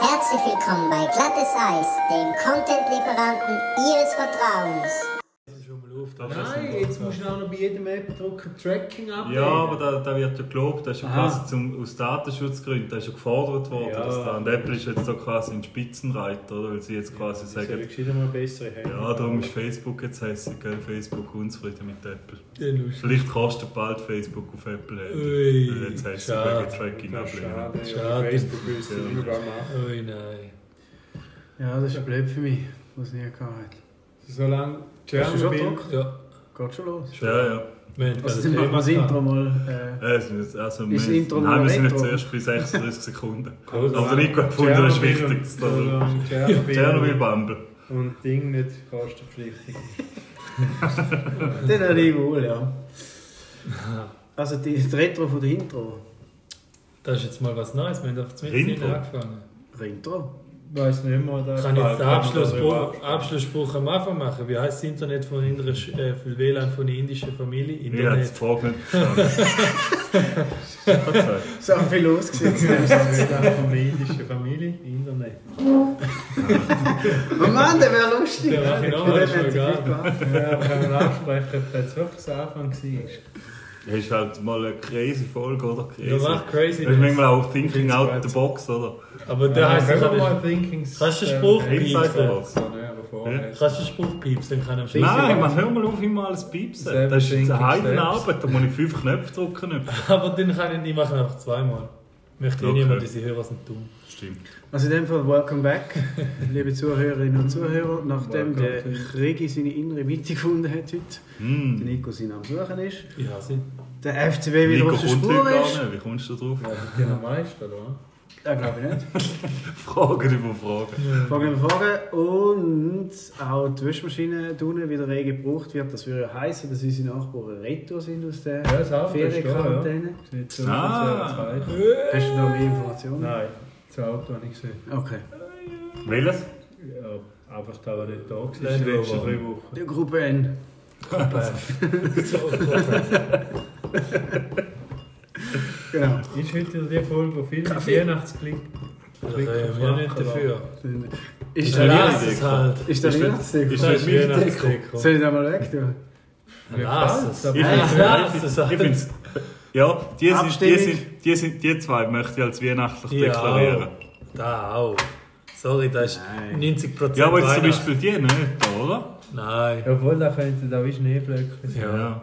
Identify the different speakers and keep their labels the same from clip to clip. Speaker 1: Herzlich willkommen bei Glattes Eis, dem Content-Lieferanten Ihres Vertrauens.
Speaker 2: Das ist schon mal auf. Das ist
Speaker 3: Nein,
Speaker 2: ein
Speaker 3: jetzt musst
Speaker 2: Podcast.
Speaker 3: du auch noch bei jedem App-Drucker Tracking abnehmen.
Speaker 2: Ja, aber da, da wird ja gelobt, das ist ja
Speaker 3: Ah.
Speaker 2: quasi zum, aus Datenschutzgründen, das ist ja gefordert worden.
Speaker 3: Ja.
Speaker 2: Dass da, und Apple ist jetzt da quasi ein Spitzenreiter, oder? weil sie jetzt quasi
Speaker 3: Ich soll
Speaker 2: sagen,
Speaker 3: gescheiter mal bessere haben.
Speaker 2: ja, darum ist Facebook jetzt hässlich, gell? Facebook unzufrieden mit Apple.
Speaker 3: Ja, lustig.
Speaker 2: Vielleicht kostet bald Facebook auf Apple
Speaker 3: Ui,
Speaker 2: Handy, weil jetzt hässlich
Speaker 3: schade.
Speaker 2: wegen Tracking ablehnen.
Speaker 4: Schade, ja,
Speaker 3: Schade.
Speaker 4: Facebook will es nicht mehr machen.
Speaker 3: Oh nein.
Speaker 5: Ja, das ist blöd für mich, was ich nie gehabt habe.
Speaker 4: Solange
Speaker 3: Hast du schon
Speaker 4: Tschernobyl...
Speaker 3: gedruckt? Ja.
Speaker 5: Geht schon los.
Speaker 2: Ja, ja.
Speaker 3: Wir haben
Speaker 5: Also,
Speaker 3: gerade ein
Speaker 5: dann machen wir das
Speaker 3: Thema
Speaker 5: Intro
Speaker 3: gehabt.
Speaker 5: mal.
Speaker 2: Äh, es ist jetzt- also
Speaker 5: Ist
Speaker 2: wir-
Speaker 5: das Intro
Speaker 2: Nein,
Speaker 5: noch
Speaker 2: wir sind jetzt
Speaker 5: Retro?
Speaker 2: zuerst bei 36 Sekunden.
Speaker 3: Also
Speaker 4: Cool,
Speaker 2: Aber der Nico hat gefunden, das ist
Speaker 4: Tschernobyl
Speaker 2: wichtig.
Speaker 4: und-
Speaker 2: dass da-
Speaker 4: solange
Speaker 2: Tschernobyl
Speaker 4: Tschernobyl
Speaker 2: Bumble.
Speaker 4: und Ding nicht kostenpflichtig ist.
Speaker 5: Äh, den habe ich wohl, ja. Also, die, die Retro von der Intro.
Speaker 3: Das ist jetzt mal was Neues. Wir haben einfach mit
Speaker 2: Intro.
Speaker 3: hinten angefangen.
Speaker 5: Intro?
Speaker 4: Ich weiss nicht mehr, da
Speaker 3: Ich kann jetzt den
Speaker 4: man darüber
Speaker 3: Abschlussspruch,
Speaker 4: abstimmen.
Speaker 3: Abschlussspruch am Anfang machen. Wie heißt das Internet von indrisch, äh, für WLAN von der indischen Familie?
Speaker 2: Ich habe die
Speaker 3: Internet.
Speaker 2: Frage nicht verstanden. Verzeiht.
Speaker 5: So viel losgesetzt.
Speaker 4: Abschluss von der indischen Familie, Internet.
Speaker 5: Oh Mann, der wäre lustig.
Speaker 3: Der mache ich
Speaker 5: Für
Speaker 3: noch mal, ist mir
Speaker 2: genau
Speaker 5: den hätte ich viel
Speaker 3: egal.
Speaker 5: gemacht.
Speaker 4: Ja, aber wenn man absprechen, ob das wirklich das Anfang war.
Speaker 2: Das ist halt mal eine crazy Folge, oder? Crazy.
Speaker 3: Ja, mach crazy.
Speaker 2: das ist manchmal auch Thinking
Speaker 3: Find's
Speaker 2: out
Speaker 3: gut.
Speaker 2: the box, oder?
Speaker 3: Aber der heißt
Speaker 4: Wenn
Speaker 3: ich
Speaker 4: man
Speaker 3: kann-
Speaker 4: mal Thinking...
Speaker 3: Kannst du den Spruch
Speaker 4: Ähm,
Speaker 2: Inside the
Speaker 3: piepsen?
Speaker 2: box.
Speaker 4: so, ne, aber vorher-
Speaker 3: Kannst du den Spruch piepsen? Dann kann ich am Schluss.
Speaker 2: Nein, man, hör mal auf, immer alles piepsen.
Speaker 4: Seven
Speaker 2: Das ist jetzt eine
Speaker 4: thinking
Speaker 2: heidene
Speaker 4: steps.
Speaker 2: Arbeit, da muss ich fünf Knöpfe drücken. nicht.
Speaker 3: Aber dann kann ich nicht machen, einfach zweimal. Möchte ich
Speaker 2: Okay.
Speaker 3: niemand, dass ich höre, was nicht tun.
Speaker 2: Stimmt.
Speaker 5: Also, in dem Fall, welcome back, liebe Zuhörerinnen und Zuhörer. Nachdem der Regi seine innere Mitte gefunden hat heute, der
Speaker 2: Mm.
Speaker 5: Nico seinen am Suchen ist,
Speaker 3: Ich hasse ihn.
Speaker 5: der FCB wieder
Speaker 2: Nico
Speaker 5: auf der
Speaker 2: kommt heute
Speaker 5: Spur
Speaker 2: gar
Speaker 5: ist.
Speaker 2: nicht. Wie kommst du da drauf?
Speaker 4: Ja, das ist ja am meisten, oder?
Speaker 5: Ja, glaube ich nicht.
Speaker 2: Fragen über Fragen.
Speaker 5: Fragen über Fragen und auch die Waschmaschine da unten wieder rege gebraucht wird. Das würde ja heißen, dass unsere Nachbarn retour sind aus der
Speaker 4: Ja, das Auto ist da, ja.
Speaker 5: Ferienquarantäne.
Speaker 4: Sieht so
Speaker 2: Ah.
Speaker 4: aus, als wäre es weit.
Speaker 5: Hast du da mehr Informationen?
Speaker 4: Nein, das Auto habe ich gesehen.
Speaker 5: Okay.
Speaker 2: Welches?
Speaker 4: Ja, einfach da, was nicht da war, die
Speaker 3: Land
Speaker 4: letzten
Speaker 3: Rover.
Speaker 4: drei Wochen.
Speaker 5: Die Gruppe N. Genau.
Speaker 4: Ist heute wieder die Folge, wo viel mit Weihnachtsglück.
Speaker 3: Da können wir nicht dafür.
Speaker 5: Ist
Speaker 3: Dann
Speaker 5: der
Speaker 3: lass es halt.
Speaker 5: ist der
Speaker 2: Ist der-
Speaker 3: Das
Speaker 2: ist
Speaker 5: Weihnachtsdeko?
Speaker 2: der-
Speaker 3: ist Weihnachtsdeko.
Speaker 5: Soll ich den mal weg tun?
Speaker 3: Dann Lass es.
Speaker 4: Ich
Speaker 2: Ich
Speaker 3: Nein,
Speaker 2: find's-
Speaker 3: lass
Speaker 2: ich
Speaker 3: es
Speaker 2: find's- ich
Speaker 3: halt.
Speaker 2: find's- Ja, die, sind, die,
Speaker 5: Abstimmung.
Speaker 2: sind, die, sind, die zwei möchte ich als weihnachtlich
Speaker 3: Ja.
Speaker 2: deklarieren.
Speaker 3: Da auch. Sorry, das ist
Speaker 5: Nein.
Speaker 3: 90%
Speaker 2: Ja, aber jetzt zum
Speaker 3: Weihnacht.
Speaker 2: Beispiel die nicht, oder?
Speaker 3: Nein.
Speaker 4: Obwohl, da könnten da wie Schneeflöckchen sein.
Speaker 3: Ja.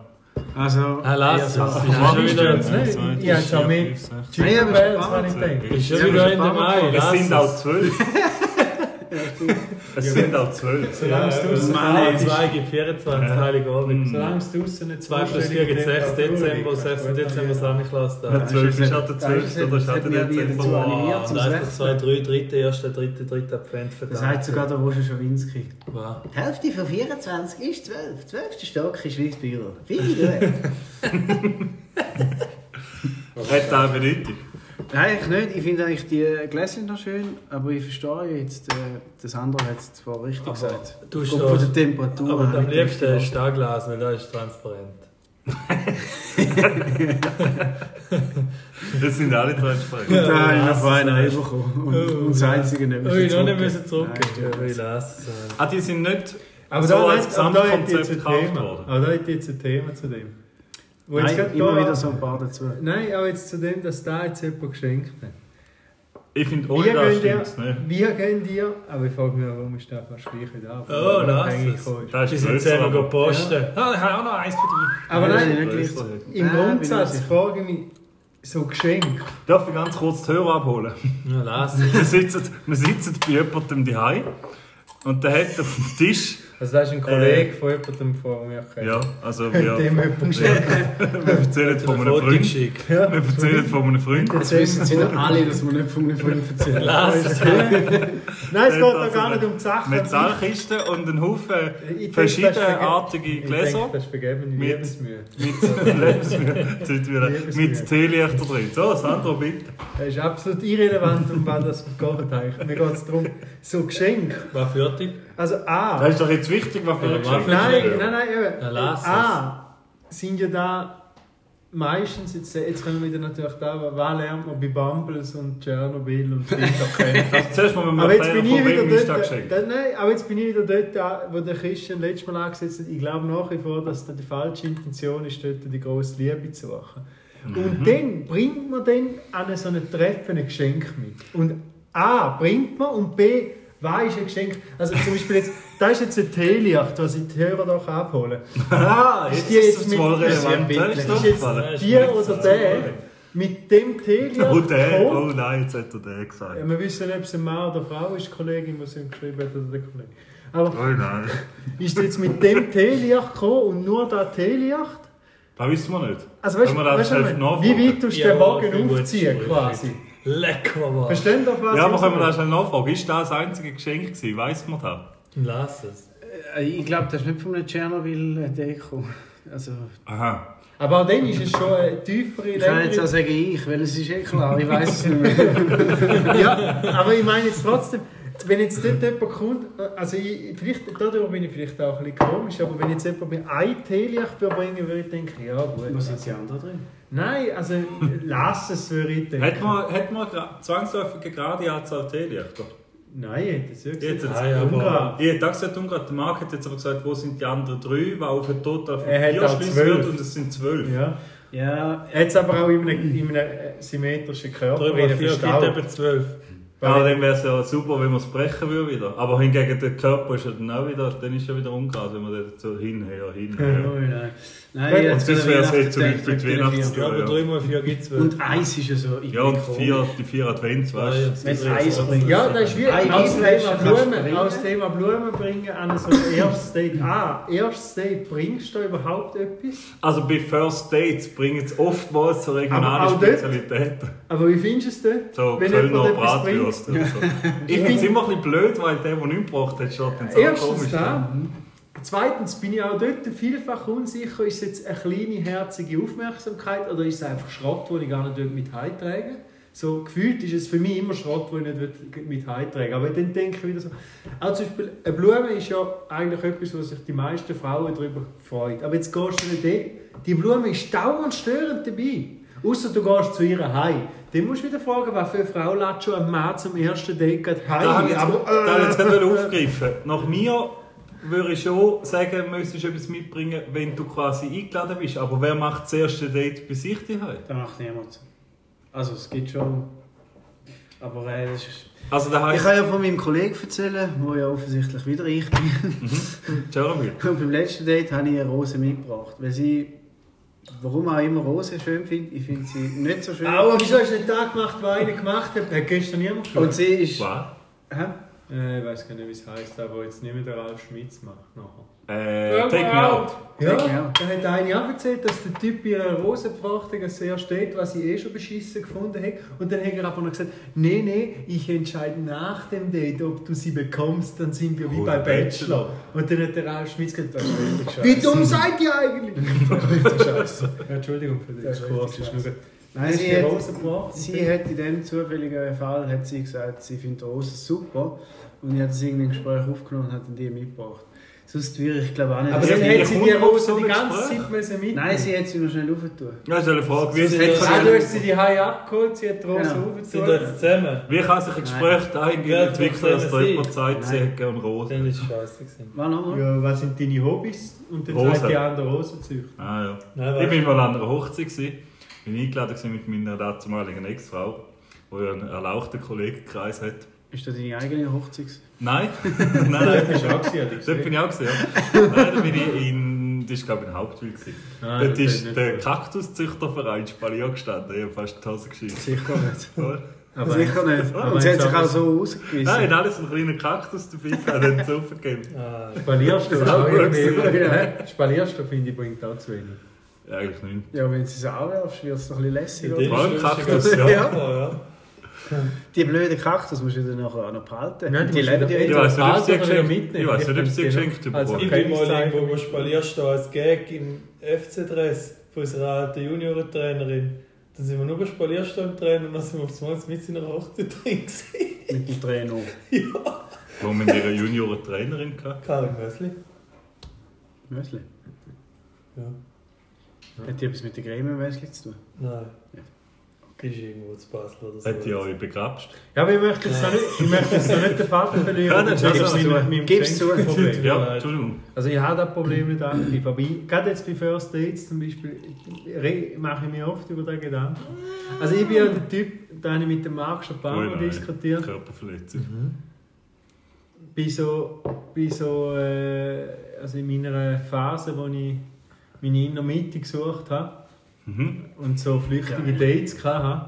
Speaker 5: Also,
Speaker 3: Ah, lass es.
Speaker 5: Ja,
Speaker 3: Das
Speaker 5: so.
Speaker 3: ist schon wieder-
Speaker 4: das nicht?
Speaker 2: ne?
Speaker 4: Ich hab's auch mit.
Speaker 5: Nein,
Speaker 4: Jingle
Speaker 5: aber
Speaker 4: Bells,
Speaker 5: spannend.
Speaker 4: habe ich gedacht.
Speaker 3: ist schon
Speaker 5: Ja,
Speaker 3: wieder
Speaker 5: wir
Speaker 3: Ende
Speaker 5: sind
Speaker 3: Mai.
Speaker 2: Es
Speaker 3: Lass
Speaker 2: sind auch
Speaker 3: es.
Speaker 2: zwölf. Es sind auch zwölf.
Speaker 4: Solange es draussen
Speaker 3: Mann,
Speaker 4: kalt ist.
Speaker 3: 2 gibt 24, Heiligabend.
Speaker 4: Solange es draussen nicht
Speaker 3: 2 plus 4 gibt 6 Dezember, 6. Dezember Samichlaus
Speaker 6: Ah,
Speaker 3: da.
Speaker 5: Ah,
Speaker 2: Der 12 ist halt der
Speaker 5: Das ist
Speaker 2: 12. oder ist halt
Speaker 5: nicht-
Speaker 2: der
Speaker 5: das hätten wir nie dazu
Speaker 2: Dezember.
Speaker 5: animiert,
Speaker 3: Ah,
Speaker 5: zum
Speaker 3: da
Speaker 5: Sechsten.
Speaker 3: ist 2, 3, 3, 1, 3, 3, Advent
Speaker 5: Das heißt sogar der Roger Schawinski.
Speaker 3: Wow.
Speaker 5: Die Hälfte von 24 ist 12. 12. Stock ist wie das Büro. Finde ich gut.
Speaker 2: Hat auch Bedeutung.
Speaker 5: Nein, eigentlich nicht. Ich finde eigentlich die Gläser noch schön, aber ich verstehe jetzt, äh, das andere hat es zwar richtig gesagt.
Speaker 3: du
Speaker 5: Aufgrund
Speaker 3: stehst-
Speaker 5: von der Temperatur.
Speaker 3: Aber
Speaker 5: habe
Speaker 3: am
Speaker 5: ich gedacht,
Speaker 3: liebsten ist Staglas, weil da ist transparent.
Speaker 2: Das sind alle transparent.
Speaker 5: Und da habe ich
Speaker 3: Ja,
Speaker 5: noch von einer
Speaker 3: das ist-
Speaker 5: reinbekommen. Und, und um das einzige nicht
Speaker 3: Oh, ich noch nicht
Speaker 5: zurückgeben.
Speaker 3: müssen zurückgehen.
Speaker 5: Nein,
Speaker 3: Ja, ich lasse es halt.
Speaker 2: Ah, die sind nicht
Speaker 4: Aber
Speaker 2: so
Speaker 4: da
Speaker 2: als
Speaker 4: hat- aber da hat
Speaker 2: Gesamtkonzept
Speaker 4: jetzt ein
Speaker 2: gekauft
Speaker 4: Thema.
Speaker 2: worden.
Speaker 4: Aber da hat jetzt ein Thema zu dem. Wo jetzt
Speaker 5: Nein,
Speaker 4: gerade
Speaker 5: immer
Speaker 4: da-
Speaker 5: wieder so ein paar dazu.
Speaker 4: Nein, aber jetzt zu dem, dass da jetzt jemand geschenkt hat.
Speaker 2: Ich finde,
Speaker 4: Wir
Speaker 2: ohne das
Speaker 4: gehen
Speaker 2: stimmt ne? es nicht.
Speaker 4: dir, wir gehen dir, aber ich frage mich, warum ist das fast gleich wieder ab?
Speaker 3: Oh,
Speaker 4: Warum
Speaker 3: lass
Speaker 4: eigentlich
Speaker 3: es.
Speaker 4: komisch.
Speaker 2: Das
Speaker 3: Die
Speaker 2: ist
Speaker 3: sind
Speaker 2: grösser,
Speaker 3: selber
Speaker 2: aber
Speaker 3: gepostet. Ah, ich habe auch noch eins für dich.
Speaker 4: Aber
Speaker 5: Nein,
Speaker 4: nein,
Speaker 5: nicht
Speaker 2: grösser.
Speaker 5: gleich.
Speaker 4: im
Speaker 5: Ah, bin
Speaker 4: Grundsatz
Speaker 5: ich sicher.
Speaker 4: frage ich mich, so Geschenk.
Speaker 2: Darf ich ganz kurz die Hörer abholen?
Speaker 3: Ja, lass es.
Speaker 2: Wir sitzen, wir sitzen bei jemandem daheim und der hat auf dem Tisch.
Speaker 4: Also das ist ein
Speaker 2: Kollege
Speaker 4: Kollege von jemandem von mir.
Speaker 2: Äh. Ja, also
Speaker 4: Mit dem
Speaker 2: wir,
Speaker 4: jemand geschenkt.
Speaker 2: wir erzählen von einem
Speaker 3: Foto
Speaker 2: Freund.
Speaker 3: geschickt.
Speaker 2: Wir erzählen von einem Freund.
Speaker 5: Jetzt wissen es wieder alle, dass wir nicht von einem Freund erzählen.
Speaker 3: Lass es.
Speaker 4: Nein, es geht
Speaker 2: Also
Speaker 4: doch gar nicht
Speaker 2: eine-
Speaker 4: um die Sache.
Speaker 2: Eine Zahlkiste und einen
Speaker 4: Ich
Speaker 2: Haufen
Speaker 4: denke, das ist
Speaker 2: verschiedenartige
Speaker 4: Ich denke,
Speaker 2: Gläser
Speaker 4: das ist vergebene
Speaker 2: Mit-
Speaker 4: Lebensmühe.
Speaker 2: mit Lebensmitteln, Jetzt wieder
Speaker 4: Lebensmittel.
Speaker 2: mit Teelichter drin. So, Sandro, bitte.
Speaker 4: Das ist absolut irrelevant, um was das geht eigentlich. Mir geht es darum, so Geschenk.
Speaker 3: Was für dich?
Speaker 4: Also A.
Speaker 2: Das ist doch jetzt wichtig, Äh, was wir
Speaker 3: Ja,
Speaker 2: geschenkt
Speaker 3: was
Speaker 2: haben.
Speaker 4: Nein, nein, nein,
Speaker 3: Ja,
Speaker 4: eben.
Speaker 3: lass es.
Speaker 4: A, sind ja da meistens, jetzt, jetzt kommen wir wieder natürlich da, aber was lernt man bei Bumbles und Tschernobyl und TikTok kennen?
Speaker 2: Also zuerst mal, wenn man
Speaker 4: Aber jetzt
Speaker 2: Bilder
Speaker 4: bin ich
Speaker 2: von
Speaker 4: wieder
Speaker 2: wem ist da
Speaker 4: dort,
Speaker 2: geschickt.
Speaker 4: da- nein, aber jetzt bin ich wieder dort, da, wo der Christian letztes Mal angesetzt hat. Ich glaube nach wie vor, dass da die falsche Intention ist, dort die grosse Liebe zu suchen.
Speaker 2: Mhm.
Speaker 4: Und dann bringt man dann an so einem Treffen ein Geschenk mit. Und A, bringt man und B, was ist ein Geschenk? Also zum Beispiel jetzt, da ist jetzt eine Teelicht, was ich die Hörer doch abholen.
Speaker 2: Ah, jetzt
Speaker 4: die
Speaker 2: ist
Speaker 4: jetzt
Speaker 2: es mal
Speaker 4: mit-
Speaker 2: relevant.
Speaker 4: ist
Speaker 2: Ja, ist
Speaker 4: jetzt-
Speaker 2: aufgefallen.
Speaker 4: Die oder der mit dem Teelicht
Speaker 2: Oh, der.
Speaker 4: kommt.
Speaker 2: Oh nein, jetzt hat er den gesagt.
Speaker 4: Ja, wir wissen nicht, ob es ein Mann oder eine Frau ist, die Kollegin, die sie ihm geschrieben hat, oder der Kollege.
Speaker 2: Oh
Speaker 4: Aber
Speaker 2: nein.
Speaker 4: ist jetzt mit dem Teelicht gekommen und nur da Teelicht?
Speaker 2: Das wissen wir nicht.
Speaker 4: Also weißt du,
Speaker 2: Wenn wir das
Speaker 4: weißt, du,
Speaker 2: schnell nachfragen.
Speaker 4: wie weit tust du
Speaker 3: Ja,
Speaker 4: den Wagen
Speaker 3: viel gut,
Speaker 4: aufziehen
Speaker 3: gut.
Speaker 4: quasi?
Speaker 3: Lecker was.
Speaker 4: Verstehen doch was?
Speaker 2: Ja, aber
Speaker 4: ich
Speaker 2: können wir
Speaker 4: sage?
Speaker 2: da schnell nachfragen? Ist das das einzige Geschenk gewesen? Weiss man das?
Speaker 3: Lass es.
Speaker 5: Äh, Ich glaube, das ist nicht von einem Tschernobyl-Deko. Also,
Speaker 2: Aha.
Speaker 4: Aber auch dann ist es schon eine tiefere
Speaker 5: ich kann jetzt auch
Speaker 4: längere-
Speaker 5: sagen, ich, weil es ist eh klar, ich weiß es nicht mehr.
Speaker 2: also-
Speaker 4: Ja, aber ich meine jetzt trotzdem, wenn jetzt dort jemand kommt, also ich, vielleicht, darüber bin ich vielleicht auch ein bisschen komisch, aber wenn jetzt jemand mir ein Teelicht verbringen würde, würde ich denken, ja gut.
Speaker 5: Was sind die anderen drin?
Speaker 4: Nein, also lass es, würde ich denken.
Speaker 2: Hat man, hat man gra- zwangsläufig eine gerade Anzahl Teelichter?
Speaker 4: Nein, das ist wirklich
Speaker 2: Jetzt jetzt.
Speaker 3: Nein, aber-
Speaker 4: Ungarn.
Speaker 2: Ich hätte auch gesagt, Ungarn, der Marc hat jetzt aber gesagt, wo sind die anderen drei, weil auf den Total von
Speaker 4: Er hat
Speaker 2: vier
Speaker 4: auch
Speaker 2: schließen
Speaker 4: zwölf.
Speaker 2: wird und es sind zwölf.
Speaker 4: Ja.
Speaker 5: Ja,
Speaker 4: Jetzt aber auch in einem, in einem äh, symmetrischen Körper.
Speaker 3: Drüber
Speaker 4: in einem
Speaker 3: 4 gibt
Speaker 4: Verstau.
Speaker 3: eben 12.
Speaker 2: Ja, dann wäre es ja super, wenn man es brechen würde wieder. Aber hingegen der Körper ist ja dann auch wieder, dann ist ja wieder ungeil, wenn man dann so hin, her, hin, her.
Speaker 5: nein, nein.
Speaker 4: Und
Speaker 5: nein jetzt
Speaker 2: das
Speaker 5: wieder
Speaker 2: wär's halt jetzt
Speaker 5: Weihnachten
Speaker 2: zum Beispiel
Speaker 5: denkt,
Speaker 2: die
Speaker 5: denkt
Speaker 2: Weihnachts-
Speaker 5: vier.
Speaker 3: Ja, aber
Speaker 2: Ja, ja.
Speaker 3: 3 mal 4 gibt 12.
Speaker 5: Und Eis ist ja so. Ich
Speaker 2: Ja,
Speaker 5: bin
Speaker 2: und
Speaker 5: komisch.
Speaker 2: vier, die vier Advents, weißt du?
Speaker 5: Wenn es Eis bringt.
Speaker 4: Ja, das ist wie
Speaker 5: Ei,
Speaker 4: aus
Speaker 5: Ei,
Speaker 4: Thema
Speaker 5: kannst du
Speaker 4: Blumen,
Speaker 5: bringen?
Speaker 4: aus Thema Blumen bringen an so ein erstes Date. Ah, erstes Date, bringst du überhaupt etwas?
Speaker 2: Also bei First Dates bringen es oftmals so regionale
Speaker 4: Aber auch dort?
Speaker 2: Spezialitäten.
Speaker 4: Aber wie findest du es dort?
Speaker 2: So
Speaker 4: wenn
Speaker 2: Kölner
Speaker 4: jemand etwas bringt?
Speaker 2: Bratwürste oder so. Ich finde es immer ein bisschen blöd, weil der, der nicht gebracht hat, schaut dann so
Speaker 4: Erstens
Speaker 2: komisch.
Speaker 4: da. Zweitens bin ich auch dort vielfach unsicher, ist es jetzt eine kleine herzige Aufmerksamkeit oder ist es einfach Schrott, den ich gar nicht mit heimtrage? So gefühlt ist es für mich immer Schrott, den ich nicht mit heimtrage. Aber dann denke ich wieder so. Auch zum Beispiel, eine Blume ist ja eigentlich etwas, wo sich die meisten Frauen darüber freuen. Aber jetzt gehst du nicht hin. Die Blume ist dauernd störend dabei. Außer du gehst zu ihr heim. Dann musst du wieder fragen, was für eine Frau lässt schon einen Mann zum ersten Date gerade heim.
Speaker 2: Da habe ich jetzt,
Speaker 4: Aber,
Speaker 2: da habe ich jetzt gerade aufgegriffen. Nach mir würde ich schon sagen, müsstest du etwas mitbringen, wenn du quasi eingeladen bist. Aber wer macht das erste Date bei sich daheim?
Speaker 5: Da macht niemand. Also, es gibt schon. Aber äh, das ist.
Speaker 2: Also da
Speaker 5: Ich
Speaker 2: heißt
Speaker 5: kann ja von meinem Kollegen erzählen, wo ja offensichtlich wieder ich bin.
Speaker 2: Tschernobyl.
Speaker 5: Und beim letzten Date habe ich eine Rose mitgebracht. Weil sie, warum auch immer Rose schön finde, ich finde sie nicht so schön.
Speaker 4: Aber wieso hast du nicht da gemacht, was einer gemacht hat? Hat gestern niemand
Speaker 5: Und
Speaker 4: gemacht?
Speaker 5: sie ist.
Speaker 2: Was?
Speaker 5: Hä?
Speaker 4: Äh, ich weiß gar nicht, wie es heisst, aber jetzt nicht mehr der Ralf Schmitz macht. Nachher.
Speaker 2: Äh, take me out.
Speaker 5: Take me
Speaker 4: Ja,
Speaker 5: out.
Speaker 4: da hat einer auch erzählt, dass der Typ in einer Rosenbetrachtung sehr steht, was ich eh schon beschissen gefunden habe. Und dann hat er aber noch gesagt, nee, nee, ich entscheide nach dem Date, ob du sie bekommst, dann sind wir wie
Speaker 2: Oh,
Speaker 4: bei
Speaker 2: der
Speaker 4: Bachelor. Und dann hat der Ralf Schmitz gesagt, das ist Wie dumm seid ihr eigentlich? Das ist Scheiße. Entschuldigung für den
Speaker 5: Das ist
Speaker 4: Exkurs.
Speaker 5: richtig
Speaker 4: ist nur gut.
Speaker 5: Nein,
Speaker 4: Hast du
Speaker 5: sie
Speaker 4: die
Speaker 5: hat-
Speaker 4: Rose gebracht?
Speaker 5: Sie hat in dem zufälligen Fall hat sie gesagt, sie findet Rosen super. Und ich habe das irgendwie im Gespräch aufgenommen und hat dann die mitgebracht. Sonst würde ich glaube auch nicht.
Speaker 4: Aber
Speaker 2: Ja,
Speaker 4: dann
Speaker 2: die
Speaker 4: hat sie die
Speaker 2: kommt auf
Speaker 4: Rose
Speaker 2: so
Speaker 4: die
Speaker 2: ein
Speaker 4: ganze
Speaker 2: Gespräch.
Speaker 4: Zeit müssen mitnehmen.
Speaker 5: Nein, sie hat sie noch schnell aufgetan.
Speaker 2: Ja, ist eine Frage. Wie,
Speaker 5: Sie-
Speaker 4: Ah, du
Speaker 2: kann-
Speaker 4: hast sie die Haie abgeholt, sie hat die Rose
Speaker 5: Genau.
Speaker 3: Sind
Speaker 4: aufgezogen.
Speaker 3: das zusammen?
Speaker 2: wie kann sich ein Gespräch dahingehend
Speaker 3: Ja,
Speaker 2: entwickeln, dass da
Speaker 3: sie-
Speaker 2: jemand sagt, sie
Speaker 5: Nein.
Speaker 2: hätte gerne Rose?
Speaker 3: Dann ist es scheiße gewesen.
Speaker 5: War nochmal?
Speaker 4: Ja, was sind deine Hobbys? Und dann
Speaker 2: Rosen.
Speaker 4: sagt die andere Rosenzüchter.
Speaker 2: Ah, ja.
Speaker 3: Nein,
Speaker 2: Ich
Speaker 3: weißt
Speaker 2: bin mal an einer Hochzeit. Gewesen. Ich war eingeladen gewesen mit meiner damaligen Ex-Frau, die ja einen erlauchten Kollegenkreis hat.
Speaker 5: Ist das deine eigene Hochzeit?
Speaker 2: Nein, nein, nein.
Speaker 4: Bist du auch gewesen, Alex?
Speaker 2: Dort bin ich auch gesehen. Ja. Nein, da bin ich in, das war glaube ich in Hauptwil. gewesen.
Speaker 4: Ah,
Speaker 2: Dort
Speaker 4: das ist
Speaker 2: ist
Speaker 4: nicht
Speaker 2: der
Speaker 4: gut.
Speaker 2: Kaktuszüchterverein Spalier gestanden. Ich habe fast die Hose geschissen.
Speaker 5: Sicher nicht.
Speaker 2: Oder?
Speaker 4: Aber
Speaker 5: Sicher nicht.
Speaker 4: aber
Speaker 5: Und sie hat
Speaker 4: jetzt
Speaker 5: sich
Speaker 4: aber-
Speaker 5: auch so
Speaker 2: Nein,
Speaker 5: ausgewiesen.
Speaker 2: da ist ein kleiner Kaktus dabei, der hat nicht so vergeben.
Speaker 3: Ah,
Speaker 4: Spalierst du?
Speaker 5: Das ist auch
Speaker 4: Auch
Speaker 5: gut
Speaker 4: irgendwie,
Speaker 5: gewesen.
Speaker 4: ne? Spalierst du, finde ich, bringt auch zu wenig.
Speaker 2: Eigentlich nicht.
Speaker 5: Ja, wenn sie es anwerfst, wird es doch ein bisschen lässig.
Speaker 3: in
Speaker 5: oder?
Speaker 3: dem
Speaker 2: Vor allem
Speaker 3: Schluss ist
Speaker 2: Kaktus,
Speaker 3: sogar-
Speaker 5: ja.
Speaker 3: ja.
Speaker 5: Die blöden Kaktus musst du dann nachher auch noch behalten.
Speaker 4: Nein, die
Speaker 5: die
Speaker 4: musst
Speaker 5: leben
Speaker 4: du
Speaker 5: ja
Speaker 4: wieder-
Speaker 2: Ich
Speaker 5: jetzt.
Speaker 4: Ja.
Speaker 2: weiß nicht, ob sie
Speaker 4: Alter,
Speaker 2: geschenkt
Speaker 4: kann ich mitnehmen.
Speaker 2: Ich weiß nicht, ob sie
Speaker 4: Ich
Speaker 2: geschenkt
Speaker 4: kann- also
Speaker 2: bekommen
Speaker 4: ich-
Speaker 3: Ich bin mal irgendwo wo spalierst du als Gag im FC-Dress von unserer alten Juniorentrainerin. Dann sind wir nur bei Spalierst im Training und dann sind wir auf einmal mit seiner Hochzeit drin gewesen.
Speaker 5: Mit dem Trainer.
Speaker 2: Wo wir ihre Junioren-Trainerin hatten.
Speaker 3: Karin Mösli.
Speaker 5: Mösli.
Speaker 3: Ja.
Speaker 5: Hat die etwas mit der Gremienwäsche zu tun?
Speaker 3: Nein.
Speaker 5: Ja.
Speaker 3: Ist irgendwo zu Basel oder so.
Speaker 2: Hat ihr euch begrapscht?
Speaker 4: Ja, aber ich möchte jetzt noch nicht, ich möchte jetzt noch nicht den Faden
Speaker 2: Ja,
Speaker 4: verlieren.
Speaker 2: das ist
Speaker 4: Das
Speaker 2: also-
Speaker 4: ist mit meinem
Speaker 5: Gib's zu.
Speaker 4: Geschenkproblem.
Speaker 2: Ja, Entschuldigung.
Speaker 4: Also ich habe das Problem nicht aktiv, aber ich, gerade jetzt bei First Dates zum Beispiel re- mache ich mir oft über den Gedanken. Also ich bin ja der Typ, da habe ich mit dem Marc schon ein paar
Speaker 2: Ui,
Speaker 4: Mal
Speaker 2: Oh nein.
Speaker 4: diskutiert,
Speaker 2: Körperverletzung.
Speaker 4: bei so, bei so äh, also in meiner Phase, wo ich meine Innermitte gesucht habe
Speaker 2: Mhm.
Speaker 4: und so flüchtige Dates hatte,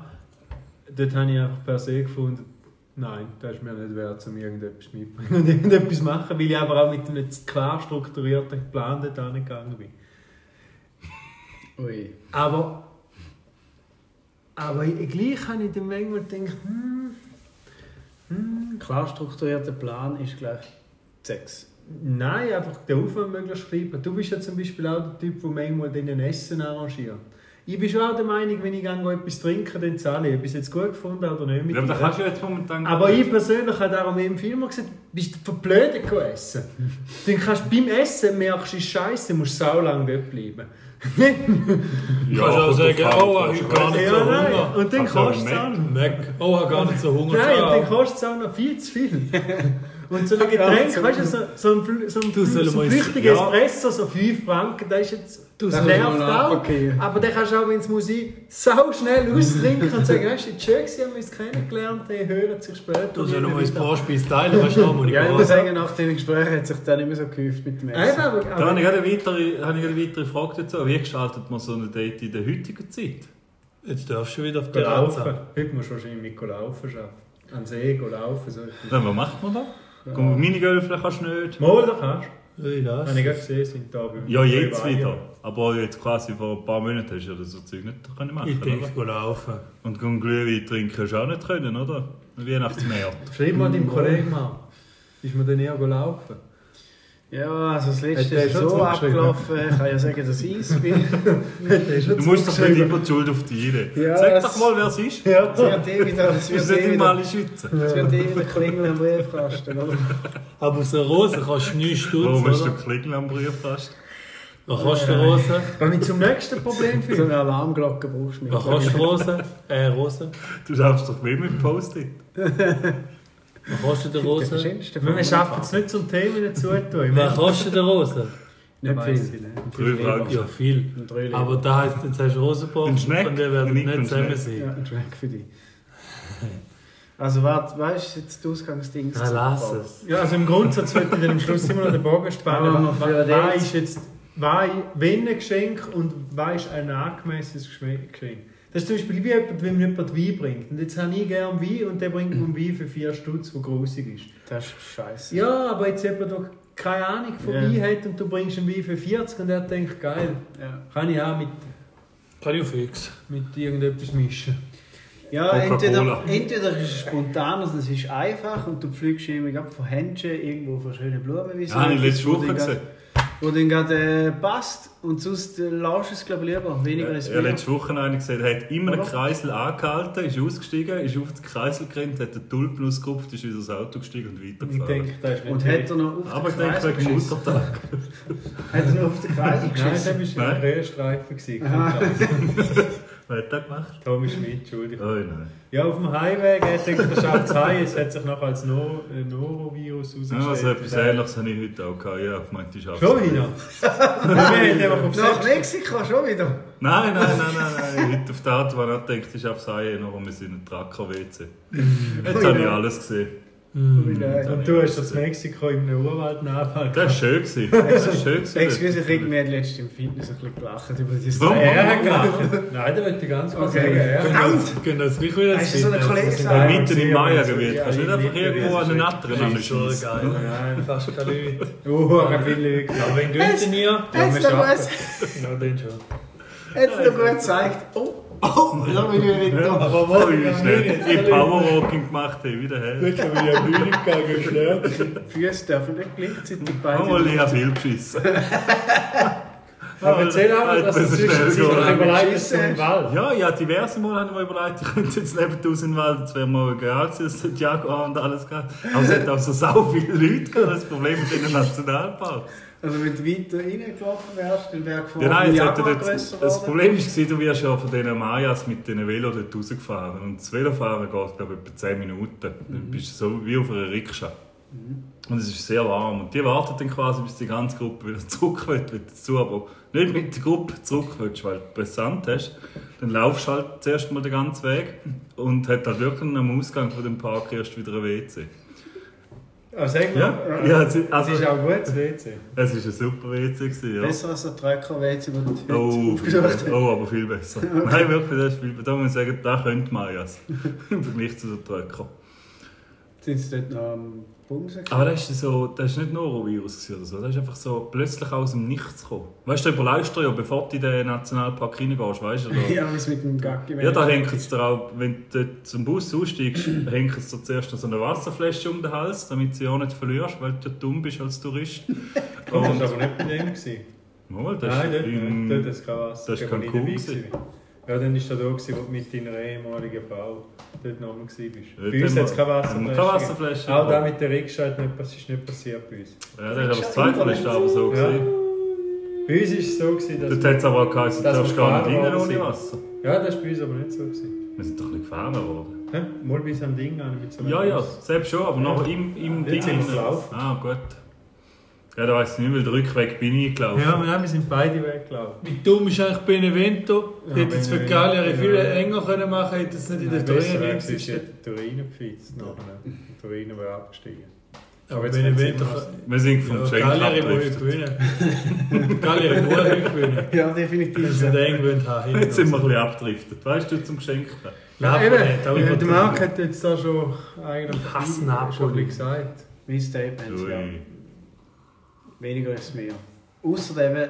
Speaker 4: dort habe ich einfach per se gefunden, nein, das ist mir nicht wert, um irgendetwas mitbringen und irgendetwas machen, weil ich aber auch mit einem klar strukturierten Plan dort angegangen bin.
Speaker 5: Ui.
Speaker 4: Aber, aber ich- gleich habe ich dann manchmal gedacht, hm,
Speaker 5: Ein klar strukturierter Plan ist gleich Sex.
Speaker 4: nein, einfach den Aufwand möglichst schreiben. Du bist ja zum Beispiel auch der Typ, der manchmal den Essen arrangiert. Ich bin schon auch der Meinung, wenn ich gehe, gehe etwas trinken, dann zahle ich, ob ich es jetzt gut gefunden habe oder nicht. Mit
Speaker 2: Ja, aber
Speaker 4: dir.
Speaker 2: da kannst du jetzt momentan.
Speaker 4: aber ich persönlich habe darum im Film gesagt, bist du verblödet gegangen essen. dann kannst du beim Essen merkst du, Scheiße, musst du sau lang dort bleiben.
Speaker 2: Ja,
Speaker 6: Kannst auch
Speaker 2: kommt
Speaker 6: sagen,
Speaker 2: drauf an,
Speaker 6: oh,
Speaker 2: kannst
Speaker 6: ich
Speaker 2: du-
Speaker 6: kann-
Speaker 4: ja, nein. Und dann
Speaker 2: Hast du einen
Speaker 4: kostet es auch noch.
Speaker 6: Mac.
Speaker 3: Oh, hat gar nicht so Hunger.
Speaker 4: Nein,
Speaker 3: gehabt.
Speaker 4: und dann kostet es auch noch viel zu viel. Und so ein Getränk, weißt du, so, so ein, Fl- so ein,
Speaker 3: Du, sollen
Speaker 4: so
Speaker 3: wir
Speaker 4: ein
Speaker 3: uns-
Speaker 4: flüchtiger
Speaker 3: ja.
Speaker 4: Espresso, so 5 Franken, das ist jetzt, das
Speaker 5: sollen wir
Speaker 4: nervt auch.
Speaker 5: mal
Speaker 4: Ah,
Speaker 5: abgehen.
Speaker 4: Aber dann kannst du auch, wenn es muss sein, sau schnell austrinken und sagen, weißt du, jetzt schön gewesen, haben wir uns kennengelernt, dann hören sich später.
Speaker 6: Du sollst
Speaker 4: wieder
Speaker 6: mal ins
Speaker 4: wieder.
Speaker 6: Vorspeis teilen, weißt du auch mal
Speaker 5: Ja, ich muss sagen, nach dem Gespräch hat sich dann nicht mehr so gehäuft mit dem
Speaker 4: Eben,
Speaker 5: Essen.
Speaker 4: aber,
Speaker 2: Da habe ich
Speaker 4: aber,
Speaker 2: gerade eine weitere, habe ich gerade eine weitere Frage dazu. Wie gestaltet man so ein Date in der heutigen Zeit?
Speaker 6: Jetzt darfst du wieder auf die
Speaker 4: Geh laufen.
Speaker 6: Terrasse.
Speaker 4: Heute musst du wahrscheinlich mit gehen laufen schaffen. An den See gehen laufen. So.
Speaker 2: Nein, was macht man da? Ja. Minigolfen kannst du nicht.
Speaker 4: Mal, da kannst du.
Speaker 6: Ui, das.
Speaker 4: Habe ich gerade gesehen, sind da bei
Speaker 2: Ja, jetzt
Speaker 4: bei-
Speaker 2: wieder. Aber jetzt quasi vor ein paar Monaten hast du ja so Zeug nicht können machen
Speaker 6: Ich denke,
Speaker 2: können.
Speaker 6: ich laufen.
Speaker 2: Und gehen Glühwein trinken hast du auch nicht können, oder? Weihnachtsmeier.
Speaker 4: Schreib mal deinem Kollegen mal. Ist mir dann eher gelaufen?
Speaker 5: Ja, also das
Speaker 4: Hat
Speaker 5: letzte
Speaker 4: der
Speaker 5: ist
Speaker 4: schon
Speaker 5: so
Speaker 4: zurückgeschrieben?
Speaker 5: abgelaufen, ich kann ja sagen, dass ich es bin.
Speaker 2: Du musst doch nicht immer die Schuld auf die Eile.
Speaker 5: Ja,
Speaker 2: Sag
Speaker 5: das-
Speaker 2: doch mal, wer es ist. Du
Speaker 5: Es wird eh wieder, es
Speaker 2: musst
Speaker 5: wird
Speaker 2: nicht
Speaker 5: eh
Speaker 2: immer
Speaker 5: wieder,
Speaker 2: alle schützen.
Speaker 5: es wird eh wieder klingeln am Briefkasten, oder?
Speaker 6: Aber so Rosen kannst du nicht stutzen,
Speaker 2: Warum hast du
Speaker 6: oder?
Speaker 2: Klingeln am Brief fast?
Speaker 6: Was kostet eine Rose?
Speaker 4: Wenn ich zum nächsten Problem
Speaker 5: So
Speaker 4: führe.
Speaker 5: eine Alarmglocke brauchst du
Speaker 6: Was
Speaker 5: nicht.
Speaker 6: kostet Rose? Äh, Rose.
Speaker 2: Du darfst doch wem mit Post-it.
Speaker 6: Was kostet eine
Speaker 5: Der
Speaker 6: Rose?
Speaker 5: verschiedenste
Speaker 4: Wir schaffen es
Speaker 5: Farben.
Speaker 4: nicht zum Themen zu tun.
Speaker 6: Was kostet eine Rose?
Speaker 5: Nicht
Speaker 4: Weiss
Speaker 5: viel.
Speaker 2: Drei Fragen.
Speaker 6: Ja, viel.
Speaker 5: Ein Drei
Speaker 6: Aber da heisst, jetzt hast du Rosen gebraucht
Speaker 2: Ein Schneck,
Speaker 6: und wir werden
Speaker 2: ein Nick und
Speaker 6: nicht zusammen
Speaker 2: Schneck.
Speaker 6: sein.
Speaker 5: Ja, ein Track für dich. Also warte, weißt du, jetzt das Ausgangsding
Speaker 6: Dann lass es.
Speaker 4: Ja, also im Grundsatz würde ich dann am Schluss immer noch den Bogen spannen.
Speaker 5: Aber
Speaker 4: Was-
Speaker 5: für
Speaker 4: was-
Speaker 5: den-
Speaker 4: Was ist jetzt, was, wenn ein Geschenk und was ist ein angemessenes Geschme- Geschenk? Das ist zum Beispiel wie jemand, wenn mir jemand Wein bringt. Und jetzt habe ich gerne Wein und der bringt mir einen Wein für 4 Stutz, der grossig ist.
Speaker 5: Das ist scheiße.
Speaker 4: Ja, aber jetzt jemand, der keine Ahnung von
Speaker 5: Ja.
Speaker 4: Wein hat und du bringst einen Wein für 40 und er denkt, geil,
Speaker 5: Ja,
Speaker 4: kann ich auch mit,
Speaker 6: Kann ich auf fix.
Speaker 4: mit irgendetwas mischen.
Speaker 5: ja
Speaker 2: Coca-Cola.
Speaker 5: entweder, entweder ist es spontan, also es ist einfach und du pflückst irgendwie gerade von Händchen irgendwo von schönen Blumen. Wie
Speaker 2: Das habe ich letzte
Speaker 5: wo
Speaker 2: Woche
Speaker 5: dann
Speaker 2: gesehen.
Speaker 5: grad- Wo dann gerade äh, passt und sonst äh, lass es glaube ich lieber, weniger als
Speaker 2: Ja,
Speaker 5: mehr.
Speaker 2: letzte Woche noch einer gesehen, hat immer einen
Speaker 5: Oder?
Speaker 2: Kreisel angehalten, ist ausgestiegen, ist auf den Kreisel gerannt, hat den Tulpen ausgerupft, ist wieder ins Auto gestiegen und
Speaker 4: Ich
Speaker 2: weitergefahren.
Speaker 4: denke, das ist nicht
Speaker 5: Und hat er noch auf
Speaker 2: Aber ich
Speaker 5: den
Speaker 2: denke,
Speaker 5: Kreisel
Speaker 2: wegen
Speaker 5: geschissen?
Speaker 2: Muttertag.
Speaker 5: Hat er noch auf den Kreisel
Speaker 4: Nein, das
Speaker 5: geschissen?
Speaker 4: war ein
Speaker 2: Nein?
Speaker 4: Rehstreifen. gewesen.
Speaker 2: Wer hat das gemacht?
Speaker 4: Tommy Schmidt, Entschuldigung.
Speaker 2: Oh nein.
Speaker 4: Ja, auf dem Highway, er denkt, er schafft es heim. Es hat sich noch als no äh, Norovirus
Speaker 2: Ja, also etwas
Speaker 4: herausgestellt.
Speaker 2: Ähnliches habe ich heute auch gehabt. Ja, ich meinte, ich schaffe
Speaker 4: Schon wieder? Wir haben einfach auf
Speaker 5: Nach
Speaker 4: sechs-
Speaker 5: Mexiko schon wieder?
Speaker 2: Nein, nein, nein, nein, nein. Heute auf der Autobahn habe ich gedacht, ich schaffe es heim, noch wir sind ein Tracker-WC. Jetzt habe ich alles gesehen.
Speaker 5: Ui, nein.
Speaker 4: Und du hast das Mexiko im Urwald nachfallen.
Speaker 2: Das war schön. gewesen. Das war schön. gewesen.
Speaker 5: Excuse, ich krieg mir letztens im Fitness ein bisschen gelacht über dieses
Speaker 2: Warum?
Speaker 4: Er hat gelacht. Nein, der wollte ganz kurz
Speaker 5: Okay.
Speaker 4: sagen. ja.
Speaker 6: Verdammt! Können das gleich wieder
Speaker 5: Hast du so einen
Speaker 6: finden?
Speaker 5: Kollegen
Speaker 6: Das sind
Speaker 5: gesagt?
Speaker 2: Mitten im Maya-Gebiet.
Speaker 4: Ja,
Speaker 2: Kannst du nicht einfach
Speaker 4: mitten
Speaker 2: irgendwo an den anderen
Speaker 6: Das ist so
Speaker 2: anschießen.
Speaker 6: geil. Nein, fast keine Leute.
Speaker 4: Oh, viele Leute.
Speaker 6: Aber wenn Günther nie,
Speaker 5: Jetzt noch gut-
Speaker 6: ja, dann schon.
Speaker 5: jetzt noch gut gezeigt. Oh, oh, da bin ich wieder da.
Speaker 2: Aber wo ist nicht? Ich Powerwalking gemacht habe, wieder her.
Speaker 3: Wirklich, bin ich am Bühne gegangen, schnell.
Speaker 5: Füße dürfen nicht gleichzeitig
Speaker 2: Einmal
Speaker 5: beide.
Speaker 2: ich habe viel geschissen.
Speaker 4: Aber erzähl auch mal, dass
Speaker 2: Etwas
Speaker 4: du zwischenzeitlich
Speaker 2: schnell gehen.
Speaker 4: überlegt hast zum
Speaker 5: Scheiße.
Speaker 4: Wald.
Speaker 2: Ja, ja, diverse Mal habe ich mir überlegt, ich könnte jetzt neben draußen in den Wald, das wäre mir egal gewesen, dass Santiago und alles geht. Aber es hat auch so sau viele Leute gehabt, das Problem mit den Nationalparks.
Speaker 5: Also wenn du weiter reingelaufen wärst, dann wäre gefahren.
Speaker 2: Ja, nein, jetzt hat
Speaker 5: Jaguar
Speaker 2: er
Speaker 5: grösser
Speaker 2: jetzt, das
Speaker 5: geworden.
Speaker 2: Problem war, du wirst ja von diesen Mayas mit diesen Velo dort rausgefahren. Und das Velofahren geht, glaube ich, etwa 10 Minuten.
Speaker 5: Mhm.
Speaker 2: Dann bist du so wie auf einer Rikscha. Und es ist sehr warm. Und die warten dann quasi, bis die ganze Gruppe wieder zurück will, wieder dazu. Aber nicht mit der Gruppe zurück willst, weil du Passant hast. Dann laufst du halt zuerst mal den ganzen Weg und hat halt wirklich am Ausgang von dem Park erst wieder ein WC.
Speaker 4: Aber sag mal,
Speaker 2: Ja, ja es ist-
Speaker 4: das
Speaker 2: also,
Speaker 4: ist auch gut, das WC.
Speaker 2: es ist ein super WC. Gewesen, ja.
Speaker 5: Besser als der Trecker WC, den du heute
Speaker 2: Oh, viel
Speaker 5: aufgesucht
Speaker 2: besser. oh, aber viel besser. Nein, wirklich, das ist viel Da muss ich sagen, da könnte Marias. Im Vergleich zu den Tröcker.
Speaker 5: hast. Sind sie dort noch am Bumsen?
Speaker 2: Aber das ist, so, das ist nicht Norovirus gewesen oder so. Das ist einfach so plötzlich aus dem Nichts gekommen. Weißt du, überlegst du ja, bevor du in den Nationalpark reingehst, weißt du? Da,
Speaker 5: Ja, wie es mit dem Gacki
Speaker 2: ja, da hängt es dir auch, wenn du dort zum Bus aussteigst, hängt es dir zuerst noch so eine Wasserflasche um den Hals, damit du sie auch nicht verlierst, weil du ja dumm bist als Tourist.
Speaker 3: Das
Speaker 2: Und,
Speaker 3: war aber nicht bei dem. Gewesen.
Speaker 2: mal, das
Speaker 3: Nein, dort,
Speaker 2: im-
Speaker 3: nicht. dort ist kein Wasser.
Speaker 2: das ist
Speaker 3: Ich war
Speaker 2: kein
Speaker 3: nicht
Speaker 2: Kuh
Speaker 3: dabei
Speaker 2: gewesen.
Speaker 3: gewesen. Ja, dann war da, da gewesen, wo du mit deiner ehemaligen Frau dort noch einmal warst.
Speaker 2: Dort
Speaker 3: Bei uns
Speaker 2: haben
Speaker 3: hat es keine
Speaker 2: wir- haben
Speaker 3: Wasserflasche.
Speaker 2: wir keine Wasserflasche.
Speaker 3: Auch das mit der Rikscha hat nicht, pass- ist nicht passiert bei uns.
Speaker 2: Ja, das ist aber das zweite Mal ist das aber so.
Speaker 3: Ja.
Speaker 2: Gewesen.
Speaker 3: Bei uns ist es so, gewesen, dass.
Speaker 2: Dort hat es aber auch geheißen, du
Speaker 3: dass wir
Speaker 2: darfst gar nicht
Speaker 3: gefahren
Speaker 2: rein
Speaker 3: worden
Speaker 2: ohne
Speaker 3: sind.
Speaker 2: Wasser.
Speaker 3: Ja, das war bei uns aber nicht so. Gewesen.
Speaker 2: Wir sind doch ein bisschen gefahren worden.
Speaker 3: Hä? Mal bei so einem Ding an mit so einem
Speaker 2: Ja, ja,
Speaker 3: Haus.
Speaker 2: selbst schon, aber noch im, im
Speaker 3: Jetzt sind wir gelaufen.
Speaker 2: Ah, gut. Ja, da weiss ich nicht, weil der Rückweg bin ich gelaufen.
Speaker 3: Ja, nein, wir sind beide weggelaufen.
Speaker 6: Wie dumm ist eigentlich Benevento?
Speaker 3: Ja,
Speaker 6: Ja, hätte es für
Speaker 3: Benevento,
Speaker 6: Gallier
Speaker 3: ja.
Speaker 6: viel enger können machen können, hätte es nicht in der
Speaker 3: Nein, besser
Speaker 6: Träne
Speaker 3: wäre es ist ja
Speaker 6: existiert.
Speaker 3: die Turiner gepfeizt. nachher. Die Turiner wäre abgestiegen.
Speaker 6: Aber
Speaker 3: jetzt
Speaker 6: Benevento
Speaker 3: können sie
Speaker 2: Wir sind vom
Speaker 6: kann.
Speaker 2: Schenk
Speaker 6: Ja, Gallier muss
Speaker 2: abgedriftet.
Speaker 6: gewinnen. Gallier muss heute gewinnen.
Speaker 5: Ja,
Speaker 6: Wenn
Speaker 5: definitiv.
Speaker 6: sie den eng wollen, haben.
Speaker 2: Jetzt sind wir ein bisschen abgedriftet. Weißt du, zum Schenken.
Speaker 4: Ja,
Speaker 6: Napoli hat auch
Speaker 4: eben,
Speaker 6: übertrieben.
Speaker 4: der Marc hat jetzt da schon eigentlich
Speaker 6: Ich hasse
Speaker 4: schon ein bisschen
Speaker 6: Napoli.
Speaker 4: gesagt.
Speaker 5: Mein Statement, ja.
Speaker 2: Ui.
Speaker 5: Weniger ist mehr. Außerdem,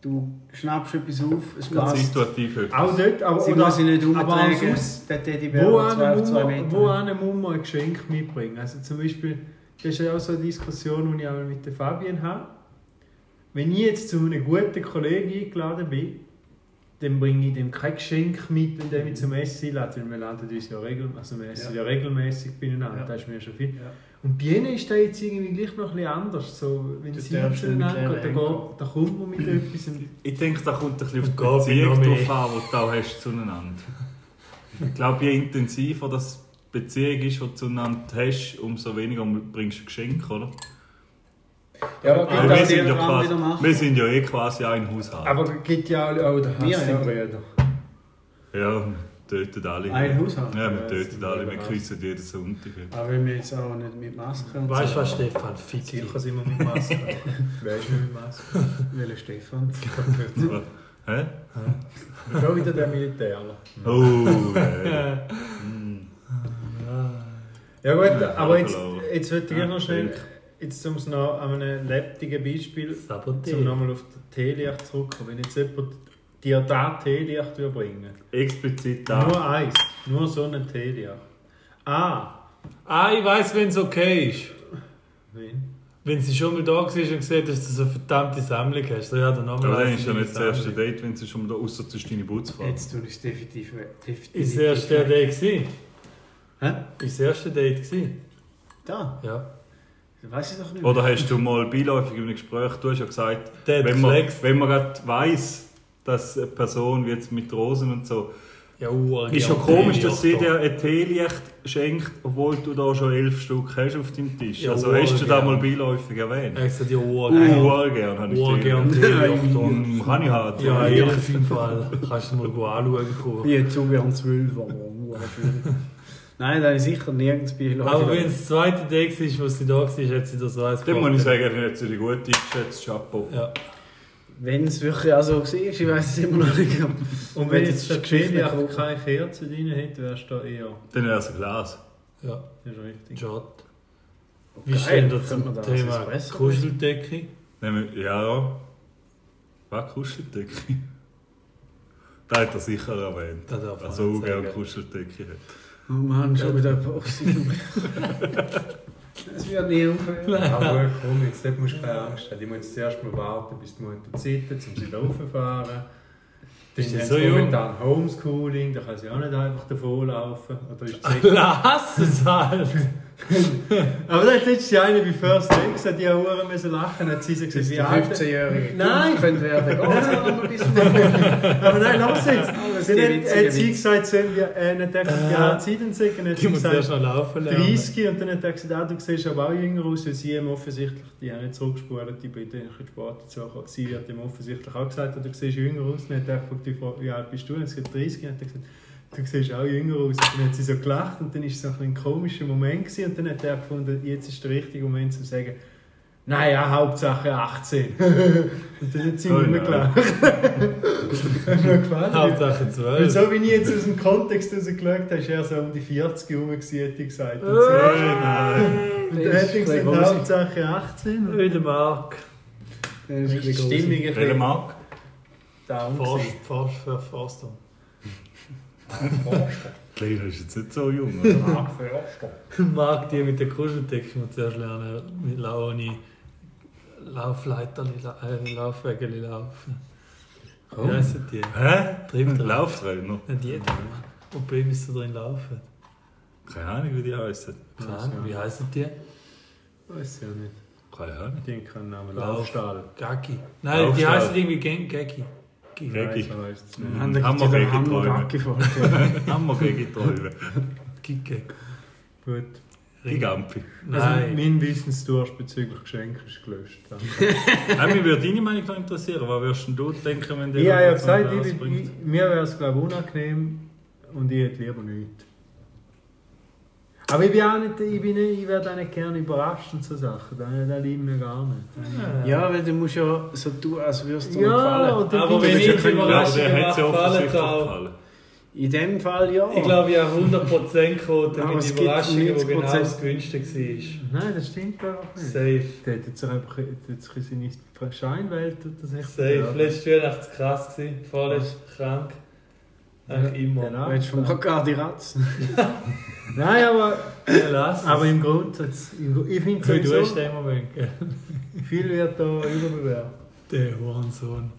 Speaker 5: du schnappst etwas auf, es
Speaker 2: Ganz
Speaker 5: passt.
Speaker 2: situativ heute.
Speaker 4: Auch dort, aber,
Speaker 5: Sie
Speaker 4: oder-
Speaker 5: muss sie nicht
Speaker 4: aber auch
Speaker 5: umtragen.
Speaker 4: sonst-
Speaker 5: Der Teddybär
Speaker 4: Wo einem
Speaker 5: hat 12
Speaker 4: muss
Speaker 5: 2
Speaker 4: man- wo
Speaker 5: Meter.
Speaker 4: einem muss man ein Geschenk mitbringen? Also zum Beispiel, das ist ja auch so eine Diskussion, die ich auch mit der Fabian habe. Wenn ich jetzt zu einem guten Kollegen eingeladen bin, dann bringe ich dem kein Geschenk mit, wenn der mich zum Essen einlädt, weil wir laden uns ja regelmäßig, also wir essen ja. regelmäßig beieinander,
Speaker 5: Ja.
Speaker 4: das ist mir schon viel.
Speaker 5: Ja.
Speaker 4: Und bei ihnen ist das jetzt irgendwie gleich noch ein bisschen anders. So, wenn
Speaker 5: Du
Speaker 4: sie
Speaker 5: darfst nicht
Speaker 4: miteinander
Speaker 5: mit
Speaker 4: gehen,
Speaker 5: leeren Händen
Speaker 4: da kommt man mit etwas. und-
Speaker 2: Ich denke, da kommt ein bisschen
Speaker 6: Und
Speaker 2: auf die
Speaker 6: geht noch
Speaker 2: Beziehung
Speaker 6: mehr.
Speaker 2: drauf an, die du auch hast zueinander. Ich glaube, je intensiver das Beziehung ist, die du zueinander hast, umso weniger bringst du Geschenke, oder?
Speaker 4: Ja,
Speaker 2: Weil
Speaker 4: aber
Speaker 5: darf
Speaker 2: wir,
Speaker 5: die
Speaker 2: sind ja
Speaker 5: Programm wieder
Speaker 2: quasi,
Speaker 5: machen.
Speaker 2: wir sind ja eh quasi ein Haushalt.
Speaker 4: Aber gibt ja auch oh, den
Speaker 5: Wir, ja.
Speaker 4: Hass im Brüder.
Speaker 2: ja, wir töten alle.
Speaker 5: Ein Ah, Haushalt.
Speaker 2: Ja, wir
Speaker 3: Ja,
Speaker 2: töten
Speaker 3: das
Speaker 2: alle. Wir
Speaker 3: ist
Speaker 2: küssen jeden Sonntag.
Speaker 5: Aber wenn wir jetzt auch nicht mit Maske und
Speaker 6: Weißt du
Speaker 5: so.
Speaker 6: was, Stefan? Fick dich.
Speaker 3: Sicher sind wir mit Maske. Wer ist mit Maske?
Speaker 5: Welcher Stefan?
Speaker 2: Hä?
Speaker 3: Schon wieder der Militär.
Speaker 2: Oh, ja.
Speaker 3: Ja gut,
Speaker 2: Ja,
Speaker 3: aber jetzt,
Speaker 2: verloren.
Speaker 3: jetzt würde ich
Speaker 2: Ja,
Speaker 3: noch schnell,
Speaker 2: denk.
Speaker 3: jetzt um es noch an einem lebendigen Beispiel, um
Speaker 6: Sabotieren.
Speaker 3: nochmal auf das Teelicht zurückkommen. Wenn jetzt jemand dir da Teelicht würde bringen
Speaker 2: Explizit da.
Speaker 3: nur eins, nur so ein Teelicht. Ah,
Speaker 6: Ah, ich weiss, wenn es okay ist.
Speaker 3: wen?
Speaker 6: Wenn sie schon mal da war und gesehen dass du so eine verdammte Sammlung hast. So, ja, dann nochmal
Speaker 2: Aber dann
Speaker 6: eins
Speaker 2: ist ja
Speaker 6: in
Speaker 2: nicht das
Speaker 6: deine
Speaker 2: erste
Speaker 6: Sammlung.
Speaker 2: Date, wenn sie schon mal da außer zu deine Putzfrau.
Speaker 5: Jetzt tue ich es definitiv weg. Definitiv
Speaker 6: Ist das erste Date gewesen?
Speaker 5: Hä?
Speaker 6: Ist das erste Date gewesen?
Speaker 5: Da?
Speaker 6: Ja.
Speaker 5: Weiß ich doch nicht.
Speaker 2: Oder hast du mal beiläufig in einem Gespräch, du hast ja gesagt,
Speaker 6: Der hat
Speaker 2: wenn man,
Speaker 6: geflext.
Speaker 2: wenn man gerade weiss, dass eine Person wie jetzt mit Rosen und so.
Speaker 6: Ja, uah,
Speaker 2: Ist ja
Speaker 6: ja,
Speaker 2: komisch, dass sie
Speaker 6: ja,
Speaker 2: dir ein Teelicht schenkt, obwohl du da schon elf Stück hast auf deinem Tisch.
Speaker 6: Ja,
Speaker 2: Also hast du da
Speaker 6: urgern.
Speaker 2: mal beiläufig erwähnt.
Speaker 6: Er hat gesagt, ja,
Speaker 2: Äh,
Speaker 6: uah,
Speaker 2: Uhr gern habe ich
Speaker 6: uah, gern
Speaker 2: Teelicht.
Speaker 6: Teelicht. da.
Speaker 2: Mm, Kann ich haben.
Speaker 6: Ja, ehrlich, auf jeden Fall. Kannst du mal gut anschauen. kommen.
Speaker 5: Ich hätte zu wie am 12 war. Nein, da ist sicher nirgends bei Leuten.
Speaker 6: Aber wenn es das zweite Date war, wo sie da war, hat sie das weiß
Speaker 2: Dann muss ich sagen, er hat sich gut eingeschätzt, Chapeau.
Speaker 6: Ja.
Speaker 5: Wenn es wirklich auch so war, ich weiß es immer noch nicht.
Speaker 3: Und wenn
Speaker 5: Wenn
Speaker 3: jetzt
Speaker 5: jetzt
Speaker 3: das
Speaker 5: Geschichte
Speaker 3: Teelicht
Speaker 5: kommt.
Speaker 3: keine Kerze drin hätte, wärst du da eher.
Speaker 2: Dann wäre es ein Glas.
Speaker 6: Ja,
Speaker 3: Das ist richtig.
Speaker 6: schade. Wie stehen wir
Speaker 5: Könnte man
Speaker 6: zum
Speaker 5: da als
Speaker 6: Thema
Speaker 5: Espresso
Speaker 6: Kuscheldecke?
Speaker 2: Nehmen wir- Ja. Was Kuscheldecke? Da hat er sicher erwähnt.
Speaker 6: Da darf man
Speaker 2: Also
Speaker 6: nicht
Speaker 2: auch gerne
Speaker 6: sagen.
Speaker 2: Kuscheldecke hat.
Speaker 5: Oh Mann, schon wieder ein Boss. Es wird nie aufhören.
Speaker 3: Aber komm, jetzt dort musst du keine Angst haben. Ich muss jetzt zuerst mal warten, bis die Mutter Zeit hat, um sie da raufzufahren. Dann
Speaker 6: Ist die
Speaker 3: haben
Speaker 6: so
Speaker 3: sie
Speaker 6: jung?
Speaker 3: momentan Homeschooling, da kann sie auch nicht einfach davonlaufen. Oder ist sie
Speaker 6: Lass es halt!
Speaker 4: Aber da hat letztes Jahr eine bei First Take gesagt, die Uhren müssen lachen, hat sie gesagt,
Speaker 5: Bis
Speaker 4: wie
Speaker 5: die
Speaker 4: alt-
Speaker 5: 15-Jährige
Speaker 4: Nein.
Speaker 5: geimpft könnte werden. Oh,
Speaker 4: Nein, aber bis- Aber nein, lass jetzt.
Speaker 5: Alles
Speaker 4: Dann
Speaker 5: die
Speaker 4: hat-
Speaker 5: witzigen
Speaker 4: hat sie
Speaker 5: Witze.
Speaker 4: gesagt, sollen wir äh, dann denken, wie alt sie denn sind. Dann hat
Speaker 6: Die
Speaker 4: sie
Speaker 6: muss sehr
Speaker 4: gesagt,
Speaker 6: schnell laufen lernen.
Speaker 4: 30 und dann hat er gesagt, ah, du siehst aber auch jünger aus, weil sie ihm offensichtlich, die haben jetzt zurückgespult, die bitte ein bisschen spät dazu gekommen. Sie hat ihm offensichtlich auch gesagt, du siehst jünger aus. Dann hat er gefragt, die Frau, wie alt bist du? Und sie hat 30 und dann hat er gesagt, du siehst auch jünger aus. Und dann hat sie so gelacht und dann war es so ein, bisschen ein komischer Moment gewesen. und dann hat er gefunden, jetzt ist der richtige Moment, um zu sagen, naja, Hauptsache 18. und dann hat sie
Speaker 2: Oh
Speaker 4: nicht mehr
Speaker 2: ja.
Speaker 4: gelacht. Hat mir gefallen.
Speaker 6: Hauptsache
Speaker 4: Weil
Speaker 6: 12.
Speaker 4: so wie ich jetzt aus dem Kontext rausgeschaut habe, ist er so um die 40 herum, gewesen, hätte ich gesagt. Und so. Und dann
Speaker 5: Das
Speaker 4: hätte
Speaker 5: ist
Speaker 4: ich
Speaker 5: ein
Speaker 4: gesagt,
Speaker 5: bisschen
Speaker 4: Hauptsache 18.
Speaker 6: Wieder Mark.
Speaker 5: Das ist ein
Speaker 4: Die
Speaker 5: bisschen
Speaker 4: Stimmung ein
Speaker 2: Welcher
Speaker 4: bisschen
Speaker 2: Markt?
Speaker 4: down. gewesen.
Speaker 6: Forst, Forst, für Forster.
Speaker 2: Kleiner ist jetzt nicht so jung, oder?
Speaker 6: um. Mark, die mit der Kuscheldecke muss zuerst lernen, mit Laoni Laufleiterli, äh, Laufwägeli laufen. Wie heissen die?
Speaker 2: Hä?
Speaker 6: Trifft er.
Speaker 2: Lauftrainer?
Speaker 6: Nicht jeder. Und bei ihm ist so drin laufen.
Speaker 2: Keine Ahnung, wie die heißen.
Speaker 6: Keine Ahnung, wie heissen die?
Speaker 4: Weiß ich ja nicht.
Speaker 2: Keine Ahnung.
Speaker 4: Die haben keinen Namen.
Speaker 6: Lauf.
Speaker 4: Laufstall.
Speaker 6: Gaggi. Nein, die
Speaker 2: Laufstall.
Speaker 6: heißen irgendwie Gang- Gaggi.
Speaker 2: Gaggi.
Speaker 4: Nein, also, ich weiß nicht.
Speaker 5: Dann gibt es
Speaker 2: Hammerwege
Speaker 5: wieder
Speaker 2: träumen.
Speaker 5: Hammergacke
Speaker 2: Hammergegentäuber.
Speaker 6: Gigge.
Speaker 4: Gut.
Speaker 2: Die Gampi.
Speaker 4: Also,
Speaker 6: Nein.
Speaker 4: mein Wissensdurst bezüglich Geschenke ist gelöscht. Also,
Speaker 2: Nein, mich würde deine Meinung noch interessieren. Was würdest denn du denken, wenn der
Speaker 4: Ich habe ja
Speaker 2: Robert Sandler
Speaker 4: gesagt, ich, bin-
Speaker 2: rausbringt?
Speaker 4: ich, mir wäre es glaube ich, unangenehm und ich hätte lieber nichts. Aber ich bin auch nicht, ich, bin nicht, ich werde auch nicht gerne überrascht und so Sachen. Das, das liegt mir gar nicht.
Speaker 5: Ja, weil du musst ja so tun, als würdest du mir
Speaker 4: Ja,
Speaker 5: gefallen.
Speaker 4: und dann
Speaker 6: Aber
Speaker 4: bin
Speaker 6: wenn
Speaker 4: ich
Speaker 6: ich-
Speaker 2: Ich glaube, der hat ja
Speaker 6: Überraschung gemacht,
Speaker 2: offensichtlich
Speaker 6: gefallen auch.
Speaker 2: gefallen.
Speaker 5: In dem Fall ja.
Speaker 6: Ich glaube, ich habe 100% Quote
Speaker 5: Aber
Speaker 6: mit
Speaker 5: es gibt
Speaker 6: Überraschungen, wo
Speaker 5: 90%.
Speaker 6: genau das Gewünschte war.
Speaker 4: Nein, das stimmt einfach nicht.
Speaker 6: Safe.
Speaker 4: Der hat jetzt einfach hat jetzt seine Scheinwelt das nicht
Speaker 6: Safe. Letztes Jahr war es krass, gewesen, vorletztes krank. Eigentlich immer.
Speaker 4: Genau.
Speaker 5: Willst du vom Bacardi Ratz?
Speaker 4: Nein, aber,
Speaker 6: Ja, lass es.
Speaker 4: aber im Grundsatz, im- ich finde
Speaker 6: Okay, du hast
Speaker 4: sowieso,
Speaker 6: den Moment, gell?
Speaker 4: viel wird da überbewertet.
Speaker 6: Der Hurensohn,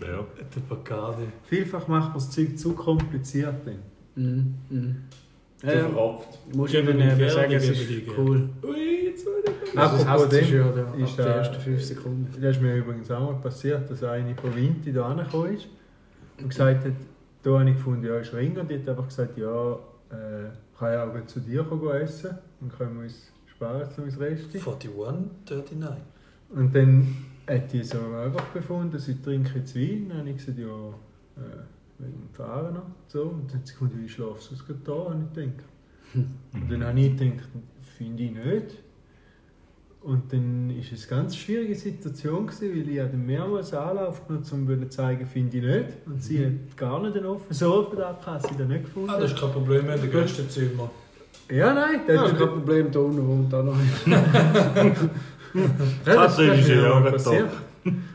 Speaker 2: Ja.
Speaker 6: der Bacardi.
Speaker 4: Vielfach macht man das Zeug zu kompliziert. Dann.
Speaker 5: Mhm. Mhm. Ja,
Speaker 6: Der
Speaker 5: ja.
Speaker 6: verrappt.
Speaker 5: Musst
Speaker 6: Geben
Speaker 5: eben
Speaker 6: die
Speaker 5: äh,
Speaker 6: Pferde,
Speaker 5: sagen, es
Speaker 6: geben
Speaker 5: ist
Speaker 6: die Geld.
Speaker 5: cool.
Speaker 6: Ui, jetzt wurde er-
Speaker 5: Also,
Speaker 4: Apropos
Speaker 5: das hast du
Speaker 4: dem,
Speaker 5: ja da, ab
Speaker 4: ist
Speaker 5: der
Speaker 4: der-
Speaker 5: ersten 5 Sekunden.
Speaker 4: Das ist mir übrigens auch mal passiert, dass eine von Vinti da angekommen ist und gesagt hat, da habe ich gefunden, ja, ist Ring. Und die hat einfach gesagt, ja, äh, kann ich auch gut zu dir kommen gehen essen und können wir uns sparen zum Rest.
Speaker 6: 41, 39.
Speaker 4: Und dann hat die so einfach befunden, sie trinken jetzt Wein. Dann habe ich gesagt, ja, äh, wegen dem Fahren noch. So. Und dann hat sie gefunden, wie schlafst du es gerade da? Und ich gedacht. Und dann habe ich gedacht, finde ich nicht. Und dann war es eine ganz schwierige Situation, gewesen, weil ich hatte mehrmals Anlauf genommen um zu zeigen, finde ich nicht. Und sie
Speaker 5: Mhm.
Speaker 4: hat gar nicht den offenen Sofa da, sie da nicht gefunden.
Speaker 6: Ah, das ist kein Problem, wenn du gehst ins Zimmer.
Speaker 4: ja, nein, das
Speaker 5: Ja, das
Speaker 4: hat-
Speaker 5: ist kein Problem, da unten wohnt auch noch einer.
Speaker 4: Ja,
Speaker 2: Katrin ist
Speaker 4: mir
Speaker 2: ja
Speaker 4: auch
Speaker 2: auch
Speaker 4: passiert.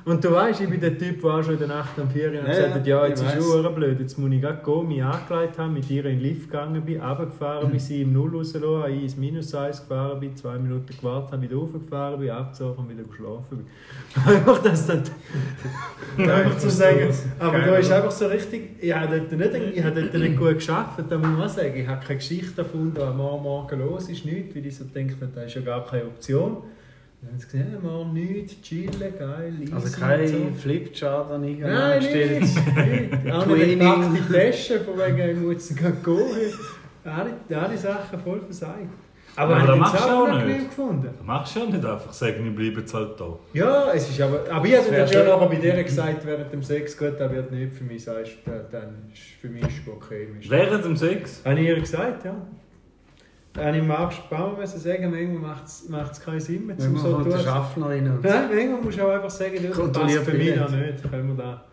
Speaker 4: Und du weißt, ich bin der Typ, der auch schon in der Nacht am 4 Uhr
Speaker 5: Ja,
Speaker 4: gesagt hat,
Speaker 5: ja,
Speaker 4: ja, jetzt
Speaker 5: ich
Speaker 4: ist es
Speaker 5: weiss.
Speaker 4: verdammt blöd, jetzt muss ich gleich gehen, mich angelegt haben, mit ihr in den Lift gegangen bin, runtergefahren
Speaker 5: Mhm.
Speaker 4: bin, sie im Null rausgelassen habe, ich ins Minus 1 gefahren bin, zwei Minuten gewartet habe, wieder raufgefahren bin, abgezogen und wieder geschlafen bin. einfach das dann... einfach zu sagen, aber da ist einfach so richtig, ich habe dort nicht, ich habe dort nicht gut geschafft, da muss man auch sagen, ich habe keine Geschichte erfunden, was morgen, morgen los ist, nichts, weil ich so denke, das ist ja gar keine Option. Dann haben sie gesagt, ja, morgen nichts, chillen, geil, easy
Speaker 5: Also
Speaker 4: und
Speaker 5: kein
Speaker 4: so.
Speaker 5: Flipchart an
Speaker 4: Nein,
Speaker 5: eingestellt.
Speaker 4: nichts, nichts. Auch nicht
Speaker 5: Twinning.
Speaker 4: nackte Tasche, von wegen, ich muss sie gehen. Alle, alle Sachen voll versagt.
Speaker 2: Aber das
Speaker 4: ich
Speaker 2: machst
Speaker 4: jetzt
Speaker 2: du auch
Speaker 4: unangenehm
Speaker 2: nicht.
Speaker 4: gefunden.
Speaker 2: Das machst du ja nicht einfach sagen, ich bleibe jetzt halt da.
Speaker 4: Ja, es ist aber... Aber ich habe
Speaker 5: wär
Speaker 4: dann schon
Speaker 5: schön.
Speaker 4: nachher bei dir gesagt, während dem Sex, gut, das wird nicht für mich, sagst du, dann- dann ist für mich ist okay. Ist
Speaker 2: Während dem Sex?
Speaker 4: Habe ich ihr gesagt, ja. Habe ich Marc Spammer müssen sagen, manchmal macht es keinen Sinn mehr,
Speaker 5: Wenn
Speaker 4: um
Speaker 5: man halt
Speaker 4: so
Speaker 5: kommt
Speaker 4: zu
Speaker 5: der
Speaker 4: tun.
Speaker 5: Schaffner rein.
Speaker 4: Nein, manchmal musst du auch einfach sagen, du das passt
Speaker 5: Kontrolliert
Speaker 4: für mich
Speaker 5: mich
Speaker 4: auch nicht. Können wir da.